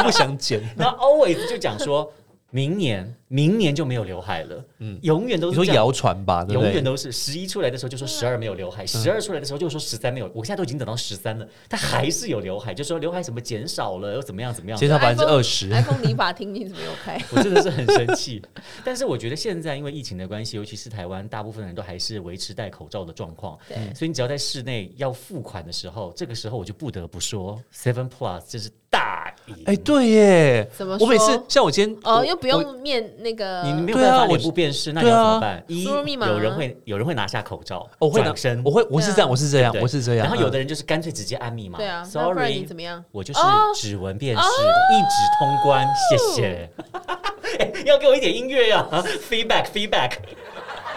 S1: 不想剪。
S2: 然后 always 就讲说，明年明年就没有刘海了，嗯，永远都
S1: 你
S2: 是
S1: 说
S2: 这样。
S1: 谣传吧，对不
S2: 永
S1: 对嗯
S2: 远？都是十一出来的时候就说十二没有刘海，十二出来的时候就说十三没有，我现在都已经等到十三了，他还是有刘海，就说刘海什么减少了又怎么样怎么样，
S1: 减少百分之
S3: iPhone-
S1: 二十。
S3: iPhone 理发厅你怎么没有开？
S2: 我真的是很生气。但是我觉得现在因为疫情的关系，尤其是台湾，大部分人都还是维持戴口罩的状况，
S3: 对
S2: 所以你只要在室内要付款的时候，这个时候我就不得不说，Seven Plus 这是大赢。
S1: 哎，对耶！
S3: 怎么
S1: 我每
S3: 说
S1: 次像我今天
S3: 哦，
S1: 我
S3: 又不
S1: 我
S3: 用面那个，
S2: 你没有
S1: 对
S2: 办
S1: 啊
S2: 法
S1: 我
S2: 脸部辨识，那你
S1: 对
S2: 要
S1: 啊哦
S2: 怎么办？一，
S3: 输入密码啊
S2: 有人会有人会拿下口罩，
S1: 我会拿
S2: 转身，
S1: 我会我是这
S3: 对啊
S1: 样，我是这样，
S2: 对
S1: 我是这样。
S2: 然后有
S1: 嗯
S2: 的人就是干脆直接按密码，
S3: 对啊，那不然你
S2: ，sorry，
S3: 怎么样？
S2: 我就是
S3: 哦
S2: 指纹辨识，一指通关，谢谢。 哎要给我一点音乐啊呀，feedback feedback。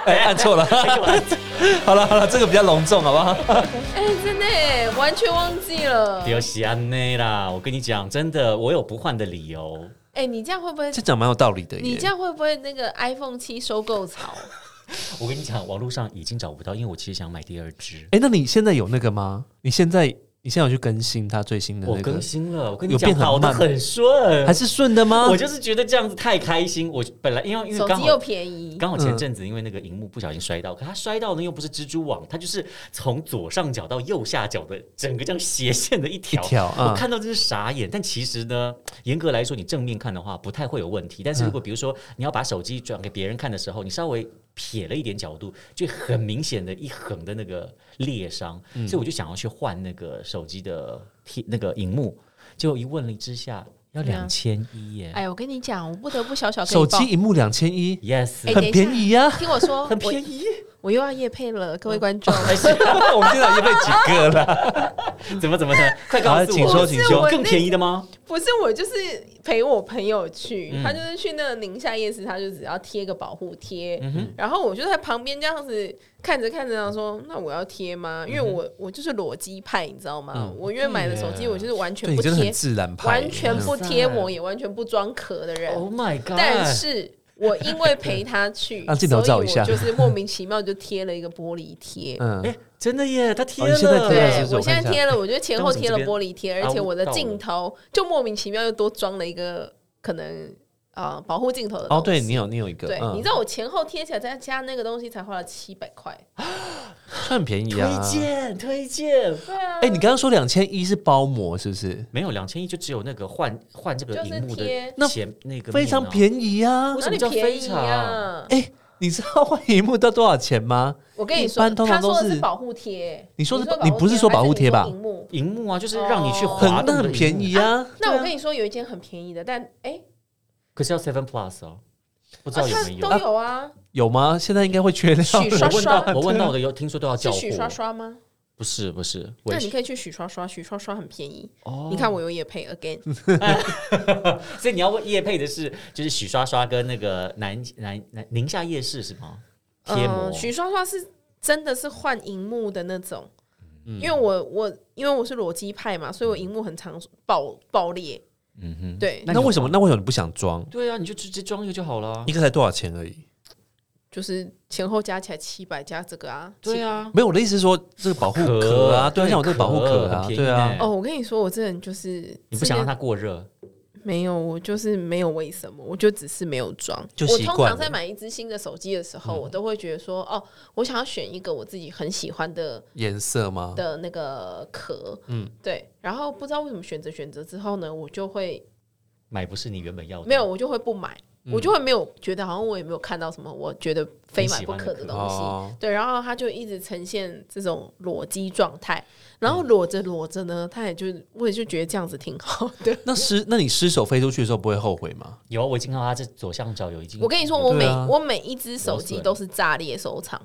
S1: 哎按错 了。 好了好了，这个比较隆重，好不好？
S3: 哎，真的耶完全忘记了
S2: 不。要喜安内啦！我跟你讲，真的，我有不换的理由。
S3: 哎，你这样会不会？
S1: 这讲蛮有道理的耶。
S3: 你这样会不会那个 iPhone 七收购潮？
S2: 我跟你讲，网络上已经找不到，因为我其实想买第二只。
S1: 哎、那你现在有那个吗？你现在你现在有去更新它最新的
S2: 我
S1: 那
S2: 更
S1: 个，
S2: 新了，我跟你
S1: 有
S2: 讲，
S1: 变很
S2: 跑得
S1: 慢
S2: 很顺
S1: 还。是顺的吗
S2: 我？就是觉得这样子太开心。我本来因为因为
S3: 手
S2: 刚
S3: 机又
S2: 好
S3: 便宜，
S2: 刚好前阵子因为那个荧幕不小心摔到，可它摔到呢又不是蜘蛛网，它就是从左上角到右下角的整个这样斜线的一
S1: 一
S2: 条。
S1: 条
S2: 我
S1: 啊，
S2: 看到真是傻眼，但其实呢，严格来说，你正面看的话不太会有问题。但是如果比如说你要把手机转给别人看的时候，你稍微撇了一点角度，就很明显的一横的那个裂伤，所以我就想要去换那个手机的贴那个荧幕，结果一问了之下要
S3: 对啊
S2: 两千一耶
S3: 哎，我跟你讲，我不得不小小跟
S1: 手
S3: 你报
S1: 机，荧幕两千一，
S2: ，yes，
S3: 哎
S1: 很便宜啊呀、
S3: 听我说，
S2: 很
S3: 我
S2: 便宜，嗯
S3: 我又要夜配了，各位观 众，
S2: 还是
S1: 我们现在已经被几个了，
S2: 怎么怎么的？快告
S1: 好
S2: 诉
S1: 请
S2: 我，
S3: 哦
S1: 说请说
S2: 有更便宜的吗？
S3: 不是我就是陪我朋友去，
S2: 嗯
S3: 他就是去那个宁夏夜市，他就只要贴个保护贴，
S2: 嗯哼，
S3: 然后我就在旁边这样子看着看着，然后说：“那我要贴吗？”因为我、我就是裸机派，你知道吗？
S1: 嗯
S3: 我因为买了手机，
S2: 对
S3: 我就是完全
S1: 对
S3: 不
S1: 你真的
S3: 贴
S1: 很，自然派，，
S3: 完全不贴
S2: 嗯
S3: 膜，也完全不装壳的人。
S2: Oh my god！
S3: 但是我因为陪他去
S1: 让镜头照一下
S3: 所以我就是莫名其妙就贴了一个玻璃贴。
S1: 嗯
S2: 哎、，真的耶，他贴
S1: 哦
S2: 了，
S1: 你现在贴了
S3: 对
S1: 是，不是
S3: 我
S1: 我
S3: 现
S1: 看一下
S3: 在贴了，我觉得前后贴了
S2: 刚
S3: 玻
S2: 好
S3: 璃贴，
S2: 边
S3: 而且我的
S2: 啊我
S3: 镜头就莫名其妙又多装了一个可能啊、呃保护镜头的
S1: 哦，
S3: 东
S1: 对
S3: 西
S1: 你有你有一个，
S3: 对，
S1: 嗯
S3: 你知道我前后贴起来再加那个东西才花了七百块。
S1: 算很便宜啊
S2: 推。荐推荐，
S3: 对啊，
S1: 哎、你刚刚说两千一是包膜是不是？
S2: 没有两千一就只有那个换换这个
S3: 就是
S2: 荧幕
S3: 贴
S2: 的前那个哦
S1: 非常便宜啊
S2: 为！什
S3: 哪
S2: 么
S3: 里
S2: 叫非
S3: 便宜
S2: 常
S3: 啊？
S1: 哎、你知道换荧幕要多少钱吗？
S3: 我跟你
S1: 哎一
S3: 说，
S1: 般通常
S3: 他说
S1: 都
S3: 的
S1: 是
S3: 是保护贴，
S1: 你说是
S3: 保护
S1: 你不是说保护贴吧
S3: 还是你说荧幕。
S2: 荧幕啊，就是让你去
S3: 哦
S1: 很
S2: 滑动
S1: 那
S2: 的
S1: 很便
S2: 荧幕，
S1: 宜啊！
S3: 那我跟你说，有一间很便宜的，但哎，
S2: 可是要 Seven Plus 哦，不知
S3: 啊
S2: 道有
S3: 它
S2: 没有？
S3: 都有啊，
S1: 有吗？现在应该会缺料。
S3: 许刷
S2: 我问到
S3: 刷
S2: 我问到的有听说都要
S3: 是
S2: 叫货，
S3: 许刷刷吗？
S2: 不是不是，我
S3: 那
S2: 也
S3: 你
S2: 是
S3: 可以去许刷刷，许刷刷很便宜。
S2: 哦
S3: 你看我有也配 again，
S2: 所以你要问叶配的是就是许刷刷跟那个南南南宁夏夜市是吗？贴膜
S3: 嗯，许刷刷是真的是换荧幕的那种，
S2: 嗯
S3: 因为我我因为我是裸机派嘛，所以我荧幕很常爆爆裂。
S2: 嗯哼，
S3: 对，
S1: 那为什么？那为什么你不想装？
S2: 对啊，你就直接装一个就好了啊。
S1: 一个才多少钱而已？
S3: 就是前后加起来七百加这个啊。
S2: 对啊，
S1: 没有，我的意思是说这个保护壳啊，对啊，像我这个保护壳啊，
S2: 很便宜
S1: 对啊
S2: 呢，
S3: 哦，我跟你说，我这人就是
S2: 你不想让
S3: 这个
S2: 它过热，
S3: 没有，我就是没有为什么，我就只是没有装。
S1: 就
S3: 我
S1: 习
S3: 通
S1: 惯
S3: 常在
S1: 了
S3: 买一只新的手机的时候，我
S2: 嗯
S3: 都会觉得说，哦，我想要选一个我自己很喜欢的
S1: 颜色吗？
S3: 的那个壳，嗯，对。然后不知道为什么选择选择之后呢，我就会
S2: 买不是你原本要的。
S3: 没有，我就会不买，
S1: 嗯
S3: 我就会没有觉得好像我也没有看到什么我觉得非买不可的
S2: 很喜欢的
S3: 东
S2: 壳
S3: 西。
S1: 哦，
S3: 对，然后它就一直呈现这种裸肌状态，然后裸着裸着呢，它也就我也就觉得这样子挺好的。
S1: 那失那你失手飞出去的时候不会后悔吗？
S2: 有啊，我已经看到它这左上角有已经。
S3: 我跟你说，我每、
S1: 对啊
S3: 我每一只手机
S2: 有损
S3: 都是炸裂收藏，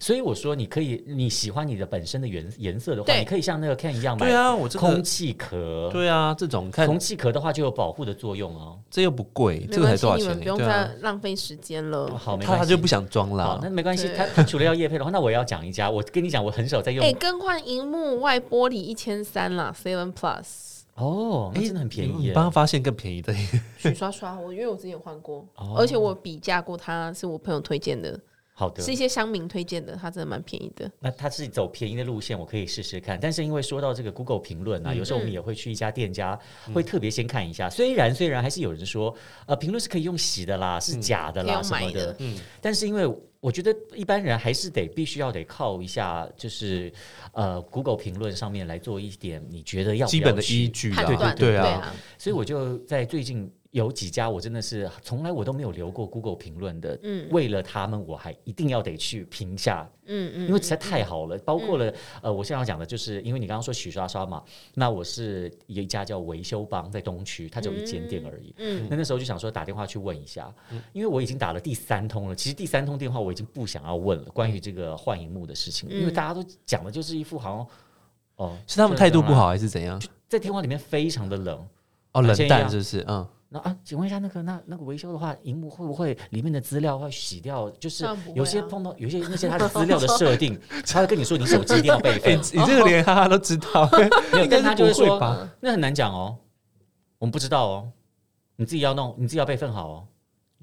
S2: 所以我说你可以，你喜欢你的本身的颜颜色的话，
S3: 对
S2: 你可以像那个 Ken 一样买
S1: 对啊，我这
S2: 空
S1: 个
S2: 气壳。
S1: 对啊，这种看
S2: 空气壳的话就有保护的作用哦。
S1: 这又不贵，
S3: 没
S1: 这个才
S3: 关系
S1: 多，少钱而
S3: 你们
S1: 已？
S3: 不用
S1: 对啊
S3: 再，浪费时间了。
S2: 哦好，没
S1: 他
S2: 关系。
S1: 他就不想装
S2: 好，
S1: 啦
S2: 那。没关系。
S3: 对
S2: 他他除了要叶配的话，那我也要讲一家。我跟你讲，我很少在用
S3: 哎、。更换荧幕外玻璃一千三啦，Seven Plus，
S2: 哦，那真的很便宜
S1: 哎你
S2: 耶。
S1: 帮他发现更便宜的，
S3: 许刷刷，我因为我之前有换过，
S2: 哦
S3: 而且我比价过它，是我朋友推荐的，
S2: 好
S1: 啊
S2: 的
S3: 是，一些乡民推荐的，它真的蛮便宜的。
S2: 那它是走便宜的路线，我可以试试看。但是因为说到这个 Google 评论啊，有时候我们也会去一家店家，会特别先看一下。虽然虽然还是有人说，呃，评论是可以用洗的啦，是假的啦
S3: 嗯
S2: 什么
S3: 可以用买
S2: 的
S3: 的，
S1: 嗯
S2: 但是因为我觉得一般人还是得必须要得靠一下，就是呃 Google 评论上面来做一点你觉得要不要
S1: 基本的
S2: 去
S1: 依据
S3: 判
S1: 啊
S3: 断，
S1: 对啊，
S3: 啊，
S2: 所以我就在最近有几家，我真的是从来我都没有留过 Google 评论的。
S3: 嗯
S2: 为了他们，我还一定要得去评价，
S3: 嗯嗯，
S2: 因为实在太好了。包括了呃，我现在要讲的就是，因为你刚刚说许刷刷嘛，那我是有一家叫维修帮在东区，它只有一间店而已。
S3: 嗯
S2: 那那时候就想说打电话去问一下，因为我已经打了第三通了。其实第三通电话我已经不想要问了，关于这个换荧幕的事情，因为
S3: 嗯
S2: 大家都讲的就是一副好像哦，
S1: 是他们
S2: 就
S1: 态度
S2: 这样
S1: 不
S2: 啦，
S1: 好还是怎样？
S2: 在电话里面非常的冷。
S1: 哦，冷
S2: 现在一
S1: 淡
S2: 样
S1: 是不是？嗯，
S2: 那啊，请问一下，那个那那个维修的话，荧幕会不会里面的资料会洗掉？就是
S3: 当然不会
S2: 有些
S3: 啊
S2: 碰到有些那些 它的资料的设定，他会跟你说你手机一定要备
S1: 哎，
S2: 份
S1: 你，你这个连哈哈都知道，
S2: 没有，
S1: 应该
S2: 但
S1: 是
S2: 他就
S1: 不会
S2: 说
S1: 吧？
S2: 那很难讲哦，我们不知道哦，你自己要弄，你自己要备份好哦，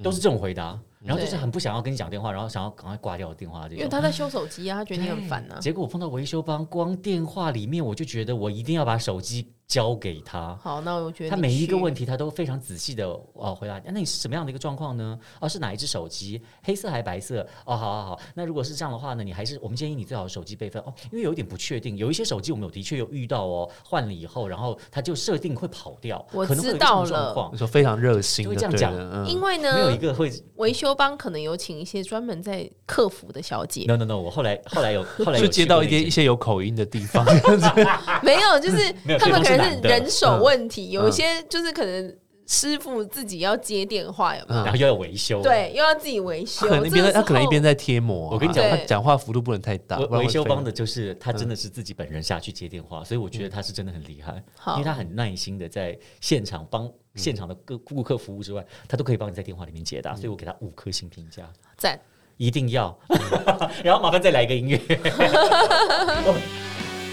S2: 都是这种回答。
S1: 嗯
S2: 然后就是
S3: 对
S2: 很不想要跟你讲电话，然后想要赶快挂掉电话这
S3: 因为
S2: 种。
S3: 他在修手机啊，他觉得你很烦啊。
S2: 结果我碰到维修帮，光电话里面我就觉得我一定要把手机交给他。
S3: 好，那我觉得
S2: 他每一个问
S3: 题，
S2: 题他都非常仔细的呃回答。啊那你是什么样的一个状况呢？哦，是哪一只手机？黑色还白色？哦，好好好。那如果是这样的话呢，你还是我们建议你最好手机备份哦，因为有一点不确定，有一些手机我们有的确有遇到哦，换了以后，然后它就设定会跑掉，
S3: 我
S2: 可能会有这种
S3: 知道
S2: 状
S3: 了
S2: 况
S1: 你。说非常热心
S2: 就
S1: 的，
S2: 会
S1: 对
S2: 这样
S1: 的
S3: 因
S1: 嗯，
S3: 为
S2: 没有一
S3: 呢，
S2: 个会
S3: 维修帮可能有请一些专门在客服的小姐，
S2: no no no，我后来后来有后来 有
S1: 就接到一些
S2: 些
S1: 一些有口音的地方，
S3: 没 有，就是
S2: 没有
S3: 他们
S2: 对
S3: 可
S2: 方是
S3: 能
S2: 男的
S3: 人手问题，有
S1: 嗯
S3: 一些就是可能师傅自己要接电话，有没有？
S2: 然后又要维修，，
S3: 对，又要自己维 修，
S1: 可能一边在
S3: 这个
S1: 嗯他可能一边
S3: 时
S1: 在贴膜啊、
S2: 我跟你讲
S1: 他
S3: 对
S1: 讲话幅度不能太大，不然
S2: 维
S1: 会
S2: 维修
S1: 飞嗯
S2: 帮的就是他真的是自己本人下去接电话，所以我觉得他是真的很厉害，
S3: 候
S2: 因
S3: 好
S2: 为。他很耐心的在现场
S1: 嗯
S2: 帮现场的各顾客服务之外，他都可以帮你在电话里面解答，所以我
S1: 嗯
S2: 给他五颗星评价，
S3: 赞，
S2: 一定要。 然后麻烦再来一个音 乐。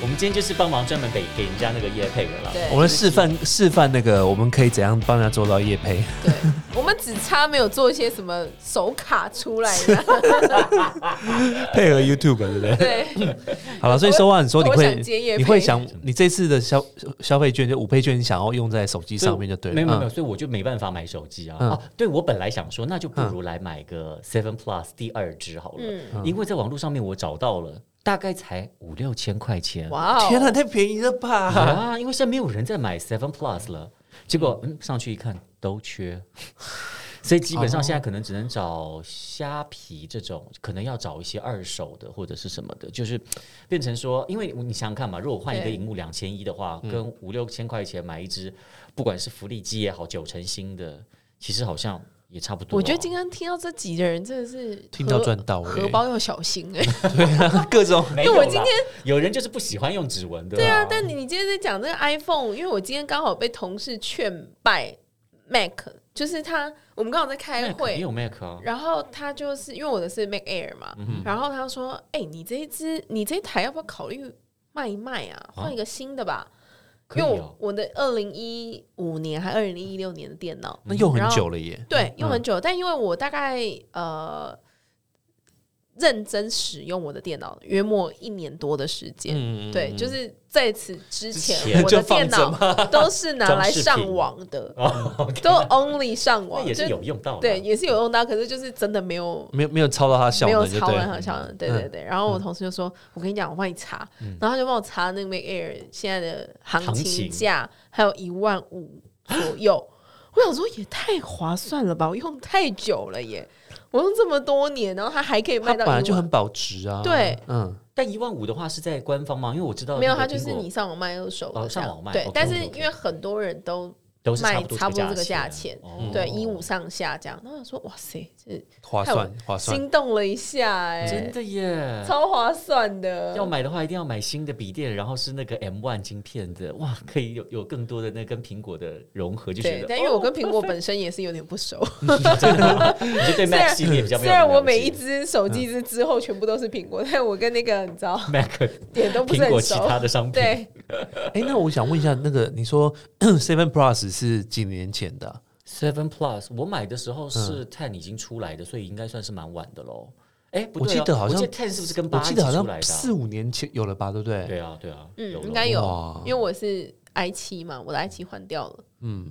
S2: 我们今天就是帮忙专门给给人家那个业配的啦。
S3: 对，
S1: 我们示范示范那个，我们可以怎样帮人家做到业 配？
S3: 对，我们只差没有做一些什么手卡出来的，
S1: 配合 YouTube 对不 对？啊
S3: 对，
S1: 好了，所以收话你说你
S3: 我
S1: 会
S3: 想接业配
S1: 你会想你这次的消消费券就五倍券，你想要用在手机上面就对了。
S2: 没有没有没
S1: 嗯
S2: 有，所以我就没办法买手机啊。
S1: 嗯
S2: 哦，对我本来想说，那就不如来买个 Seven Plus 第二支好了，
S3: 嗯
S2: 因为在网络上面我找到了，大概才五六千块钱。
S3: 哇哦，嗯
S1: 天啊哪，太便宜了吧！
S2: 啊，因为现在没有人在买 Seven Plus 了，结果嗯上去一看都缺， 所以基本上现在可能只能找虾皮这种，可能要找一些二手的或者是什么的，就是变成说，因为你想想看嘛，如果我换一个
S3: 对嗯
S2: 荧幕两千一的话，跟五六千块钱买一只，不管是福利机也好，九成新的，其实好像也差不多啊、
S3: 我觉得今天听到这集的人真的是
S1: 听到
S3: 荷
S1: 赚到欸
S3: 荷包要小心哎、
S1: 各 种
S2: 没
S3: 因
S2: 有
S3: 为我
S2: 啦
S3: 今天
S2: 有人就是不喜欢用指纹的啦，
S3: 对啊，但你你今天在讲这个 iPhone，因为我今天刚好被同事劝败 Mac，就是他我们刚好在开
S2: Mac 也
S3: 会，
S2: 有 Mac 啊，
S3: 然后他就是因为我的是 Mac Air 嘛，然后他说：“哎、你这一支你这一台要不要考虑卖一卖啊？换一个新的吧。
S2: 可以
S3: 因为
S2: 哦
S3: 我。我的二零一五年还二零一六年的电脑，
S1: 那用很久了耶。
S3: 对，用很久，但因为我大概呃认真使用我的电脑约莫一年多的时间，
S1: 嗯
S3: 对，就是在此之前，
S2: 之前
S3: 我
S1: 就
S3: 的
S1: 放着
S3: 电脑 都是拿来上网的，
S2: 哦，OK，
S3: 都 only 上
S2: 那
S3: 网，
S2: 也是
S3: 就
S2: 有用到的啊，
S3: 对，也是有用到，可是就是真的没有。
S1: 没有没有超到它嗯效
S3: 没有
S1: 能就
S3: 超
S1: 对
S3: 人
S1: 了嗯
S3: 好。像对对对，然后我同事就说：“我跟你讲，我帮你查。”
S1: 嗯
S3: 然后他就帮我查那个 Mac Air 现在的行
S2: 行
S3: 情
S2: 情
S3: 价，还有一万五左右。我想说也太划算了吧！我用太久了耶，我用这么多年，然后它还可以
S1: 它
S3: 卖
S1: 本
S3: 到一
S1: 来
S3: 万，
S1: 就很保值啊。
S3: 对，
S1: 嗯，
S2: 但一万五的话是在官方吗？因为我知道
S3: 没有，
S2: 那个
S3: 它就是
S2: 苹果
S3: 你上网卖二手的
S2: 哦
S3: 这
S2: 上
S3: 样
S2: 网卖
S3: 对
S2: ，OK，OK，OK，
S3: 但是因为很多人都
S2: 都是差不多
S3: 卖差不多这个价
S2: 价
S3: 钱
S2: 哦
S3: 对一五上下这样，然后我说哇塞，这
S1: 划算
S2: 啊
S1: 划算。
S3: 心动了一下哎、
S2: 嗯真的耶！
S3: 超划算的，
S2: 要买的话，一定要买新的笔电，然后是那个 M One 晶片的，哇，可以有有更多的那跟苹果的融合，就哦觉
S3: 对
S2: 得，
S3: 但因为我 跟苹果本身也是有点不熟，
S2: 你就对
S3: 虽然
S2: Mac 系列比较没
S3: 虽
S2: 有那么了
S3: 然
S2: 解。
S3: 我每一只手
S2: 嗯
S3: 机之之后全部都是苹果，但我跟那个你 知道
S2: Mac
S3: 也都不是
S2: 苹果
S3: 很
S2: 其
S3: 熟。
S2: 他的商品，
S3: 对，
S1: 哎，那我想问一下，那个你说 Seven Plus 是几年前的啊？
S2: Seven Plus，我买的时候
S1: 嗯
S2: 是 Ten 已经出来的，所以应该算是蛮晚的喽。哎，不
S1: 我
S2: 对
S1: 记
S2: 啊
S1: 得好像
S2: 我记得 Ten 是不是跟
S1: 我
S2: 八
S1: 记得好
S2: 一起出来
S1: 像
S2: 的啊？
S1: 四五年前有了吧，对不对？
S2: 对啊，对啊，
S3: 嗯，
S2: 咯
S3: 应该有
S1: 哇，
S3: 因为我是 i 七嘛，我的 i 七换掉了。
S1: 嗯，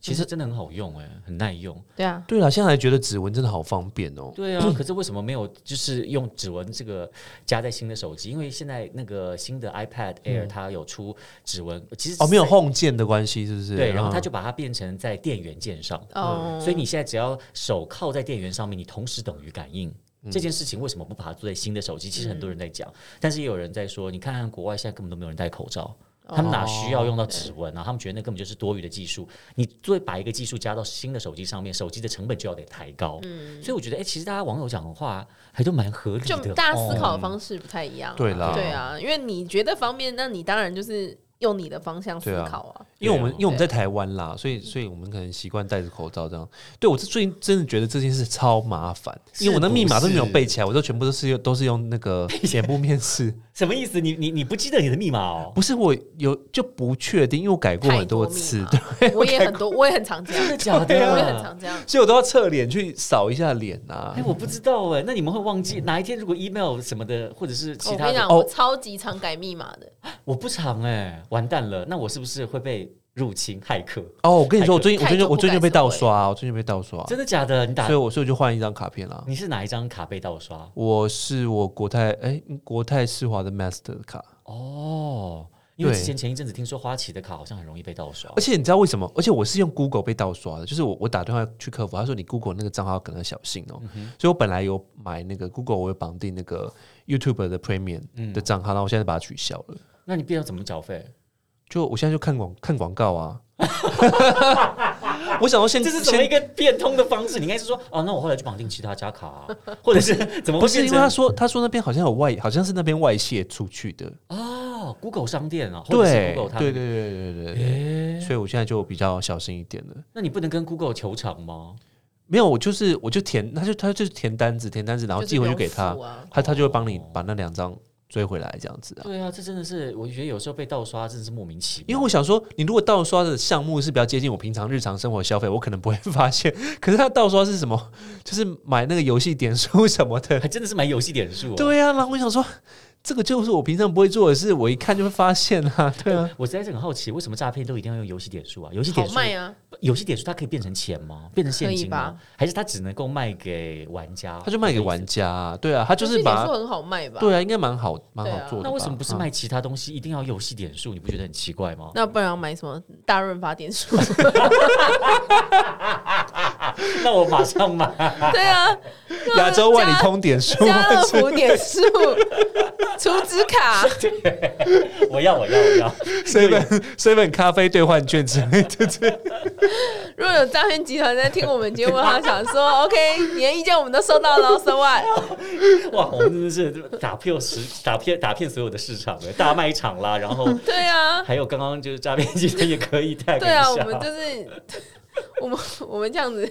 S2: 其实真的很好用，哎，很耐用。
S3: 对啊，
S1: 对了，现在还觉得指纹真的好方便哦。
S2: 对啊，可是为什么没有就是用指纹这个加在新的手机？因为现在那个新的 iPad Air 它有出指纹，其
S1: 嗯
S2: 实
S1: 哦，没有
S2: 在
S1: Home 键的关系是不是？
S2: 对，然后
S1: 嗯
S2: 它就把它变成在电源键上，
S3: 哦、
S2: 嗯所以你现在只要手靠在电源上面，你同时等于感应。
S3: 嗯
S2: 这件事情为什么不把它做在新的手机？其实很多人在讲，但是也有人在说，你看看国外现在根本都没有人戴口罩，
S3: 哦
S2: 他们哪需要用到指纹啊？他们觉得那根本就是多余的技术。你作为把一个技术加到新的手机上面，手机的成本就要得抬高。
S3: 嗯
S2: 所以我觉得，哎、其实大家网友讲的话还都蛮合理
S3: 就
S2: 的。
S3: 大家思考的方式不太一样、啊
S1: 对啦
S3: 对啊，因为你觉得方便，那你当然就是用你的方向思
S1: 对啊
S3: 考啊。
S1: 因为我们
S2: 对啊嗯
S1: 因为我们在台湾啦，所以所以我们可能习惯戴着口罩这样。对我是最近真的觉得这件事超麻烦，因为我的密码都没有背起来，我都全部都是用都是用那 个脸部面试。
S2: 什么意思？你你你不记得你的密码哦？
S1: 不是我有就不确定，因为我改过
S3: 太
S1: 很
S3: 多密
S1: 次，
S3: 码
S1: 对，啊
S3: 我也很多，我也很常这样，
S2: 真的假的
S3: 我也很常这样。
S1: 所以我都要侧脸去扫一下脸啊
S2: 哎，。我不知道哎，那你们会忘记哪一天？如果 email 什么的，或者是
S3: 我
S2: 其
S3: 跟
S2: 他
S3: 你
S2: 的，
S3: 讲，
S1: 哦
S3: 我超级常改密码的，
S2: 我不常哎，完蛋了，那我是不是会被入侵骇客？
S1: 哦，我跟你说，我最近我
S3: 太
S1: 最
S3: 久
S1: 近
S3: 不
S1: 我最近
S3: 改
S1: 被
S3: 手
S1: 盗
S3: 了
S1: 刷，我最近被盗刷，
S2: 欸真的假的？嗯你打
S1: 所以我所以我就换一张卡片啦。
S2: 你是哪一张卡被盗刷？
S1: 我是我国泰哎、国泰世华的 Master 卡，
S2: 哦，因为
S1: 对
S2: 之前前一阵子听说花旗的卡好像很容易被盗刷
S1: 而，且你知道为什么？而且我是用 Google 被盗刷的，就是我我打电话去客服，他说你 Google 那个账号可能要小心
S2: 嗯
S1: 哦、所以我本来有买那个 Google，我有绑定那个 YouTube 的 Premium
S2: 嗯
S1: 的账号，然后我现在把它取消了。
S2: 那你变要怎么缴费？
S1: 就我现在就看广看广告啊， 我想要先
S2: 这是怎么
S1: 先
S2: 一个变通的方式？你应该是说，哦，那我后来就绑定其他家卡、啊， 或者是怎么会
S1: 不是
S2: 变
S1: 因为他
S2: 成
S1: 说他说那边好像有外，好像是那边外泄出去的，
S2: 哦，Google 商店啊，或者是
S1: 对
S2: Google 他
S1: 对对
S2: 们，
S1: 对对对对，所以我现在就比较小心一点了。
S2: 那你不能跟 Google 求偿吗？
S1: 没有，我就是我就填，他就他就是填单子，填单子，然后
S3: 就是
S1: 寄回去给
S3: 不
S1: 他
S3: 用付，啊
S1: 他他就会帮你把那两张追回来，这样子啊。
S2: 对啊，这真的是，我觉得有时候被盗刷真的是莫名其妙。
S1: 因为我想说，你如果盗刷的项目是比较接近我平常日常生活消费，我可能不会发现。可是他盗刷是什么？就是买那个游戏点数什么的。
S2: 还真的是买游戏点数、哦。
S1: 对啊，然后我想说，这个就是我平常不会做的事，我一看就会发现啊。对啊，
S2: 我实在是很好奇，为什么诈骗都一定要用游戏点数啊？游戏
S3: 好
S2: 点数，
S3: 卖啊！
S2: 游戏点数它可以变成钱吗？变成现金
S3: 可以
S2: 吗？还是它只能够卖给玩家？
S1: 他就卖给玩家、啊。对啊，他就是
S3: 点
S1: 把
S3: 数很好卖吧？
S1: 对啊，应该蛮好蛮
S3: 对啊
S1: 好做的吧。
S2: 那为什么不是
S1: 嗯
S2: 卖其他东西？一定要游戏点数？你不觉得很奇怪吗？
S3: 那不然要买什么大润发 点数？
S2: 那我马上买。
S3: 对啊，
S1: 亚洲万里通点数？
S3: 家乐福点数、 储值卡，
S2: 我要，我要，我要。
S1: seven seven 咖啡兑换券之类的，
S3: 如果有诈骗集团在听我们节目，他想说 OK，你的意见我们都收到了，so what？
S2: 哇，我们真的是打骗市，打骗打骗所有的市场了，大卖场啦， 然后
S3: 对啊，
S2: 还有刚刚就是诈骗集团也可以带给
S3: 对
S2: 一
S3: 啊，
S2: 下
S3: 我们就是 我们我们这样子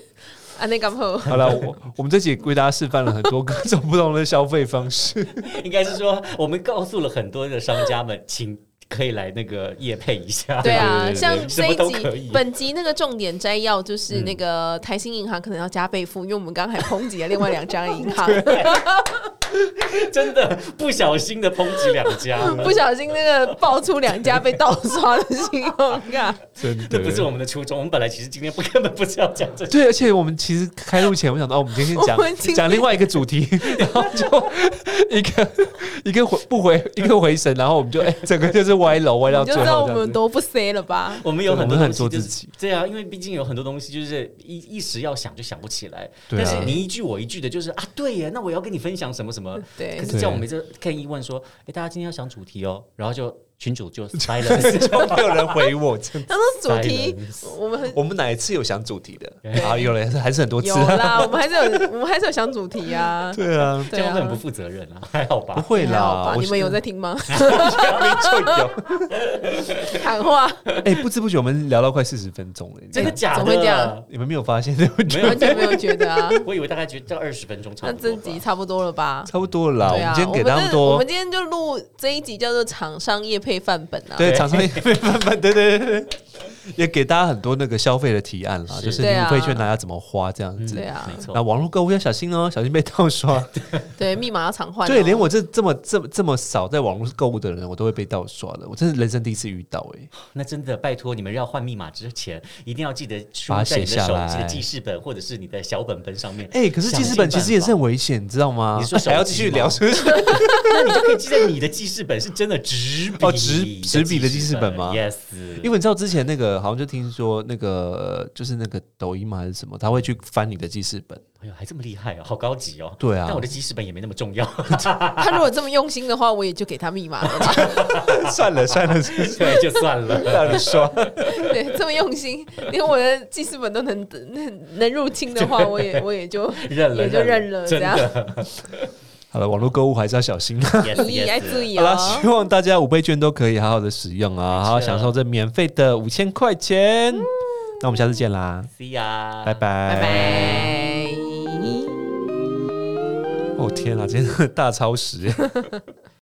S3: 啊，那干后
S1: 好了，我我们这集为大家示范了很多各种不同的消费方式。
S2: 应该是说，我们告诉了很多的商家们，请可以来那个夜配一下。
S3: 对啊，
S1: 对对对
S3: 像
S2: 什
S3: 这
S2: 么
S3: 一
S2: 都可以
S3: 集本集那个重点摘要就是那个台新银行可能要加倍付，因为我们刚刚还抨击了另外两家银行，
S2: 啊 真的不小心的抨击两家了
S3: 不。小心那个爆出两家被盗刷的信用卡。
S1: 真的，
S2: 这不是我们的初衷，我们本来其实今天不根本不是要讲这，
S1: 对，而且我们其实开录前，我想到、哦我们今天讲
S3: 我们今天
S1: 讲另外一个主 题，然后就一个一个回不回一个回神，然后我们就哎、整个就是歪楼歪到
S3: 你就
S1: 最
S3: 知道
S1: 后
S3: 我
S1: 这样
S3: 们
S1: 子。
S3: 多不 say 了吧？
S2: 我们有很多
S1: 对我们
S2: 东
S1: 很
S2: 西
S1: 做
S2: 就是
S1: 自己
S2: 对啊，因为毕竟有很多东西就是一一时要想就想不起来，
S1: 对啊
S2: 但是你一句我一句的，就是啊，对耶，那我要跟你分享什么什么。
S3: 对
S2: 可，是叫我每次看一问说，哎，大家今天要想主题哦，然后就群主 就 silence，就
S1: 没有人回我，真的。
S3: 他说主题
S2: Silence
S3: 我们很
S1: 我们哪一次有想主题的？啊，有人还是很多次
S3: 有。啦，我们还是有我们还是有想主 题啊。
S1: 对啊，
S2: 这
S3: 对
S2: 样
S3: 啊
S2: 会，很不负责任啊，还好
S1: 不
S2: 吧？
S1: 会
S3: 还好
S1: 啦
S3: 吧，
S1: 我
S3: 你
S1: 是
S3: 们有在听吗？
S1: 就有。
S3: 喊话，
S1: 哎、不知不觉我们聊到快四十分钟了，
S2: 真的假的？
S3: 怎么会这样
S1: 你们没有发现对不对？
S2: 没有
S3: 完，全没有觉得啊。
S2: 我以为大概觉得二十分钟差
S3: 那
S2: 不多
S3: 这
S2: 吧。
S3: 集差不多了吧？
S1: 差不多了啦，
S3: 对啊，
S1: 我们今天给
S3: 我们
S1: 他们
S3: 这我
S1: 多
S3: 们，今天就录这一集叫做“厂商业配范本”啊。
S1: 对
S2: 对
S1: 厂商也被翻翻，对对对对，也给大家很多那个消费的提案啦，
S2: 是
S1: 就是
S3: 对
S1: 你
S3: 啊
S1: 退券拿要怎么花这样
S3: 对
S1: 子。
S3: 啊
S2: 没，
S1: 那
S2: 错，
S1: 网络购物要小心哦，小心被盗刷。
S3: 对，密码要常换哦。
S1: 对，连我这这么这么这么少在网络购物的人，我都会被盗刷的。我真是人生第一次遇到哎、
S2: 那真的拜托你们要换密码之前，一定要记得输
S1: 把它
S2: 在你
S1: 写下
S2: 的手机
S1: 来
S2: 的记事本或者是你的小本本上面。
S1: 哎、可是记事本其实也是很危险，你知道吗？
S2: 你说手
S1: 还要
S2: 机
S1: 继续
S2: 吗
S1: 聊，是不是？
S2: 那你就可以记在你的记事本是真的纸笔
S1: 哦纸纸笔的记事本吗
S2: ？Yes，
S1: 因为你知道之前那个好像就听说那个就是那个抖音嘛还是什么，他会去翻你的记事本。
S2: 哎呦，还这么厉害哦，好高级哦。
S1: 对啊
S2: 但我的记事本也没那么重要。
S3: 他如果这么用心的话，我也就给他密码 了吧。
S1: 算了算了，
S2: 对，就算 了。
S1: 让你说。
S3: 对，这么用心，连我的记事本都能 能能入侵的话，我也我也就
S2: 认了
S3: 也就认了
S2: 真
S3: 这样
S2: 的
S1: 好了，网络购物还是要小心。
S2: yes,
S3: 注意要注
S2: yes,
S3: 意
S1: 好
S3: 哦
S1: 了，。希望大家五倍券都可以好好的使用啊，
S2: 没错
S1: 好好享受这免费的五千块钱。那我们下次见啦，
S2: see ya，
S1: 拜拜。
S3: 拜拜。
S1: 哦天啊，今天真的大超时。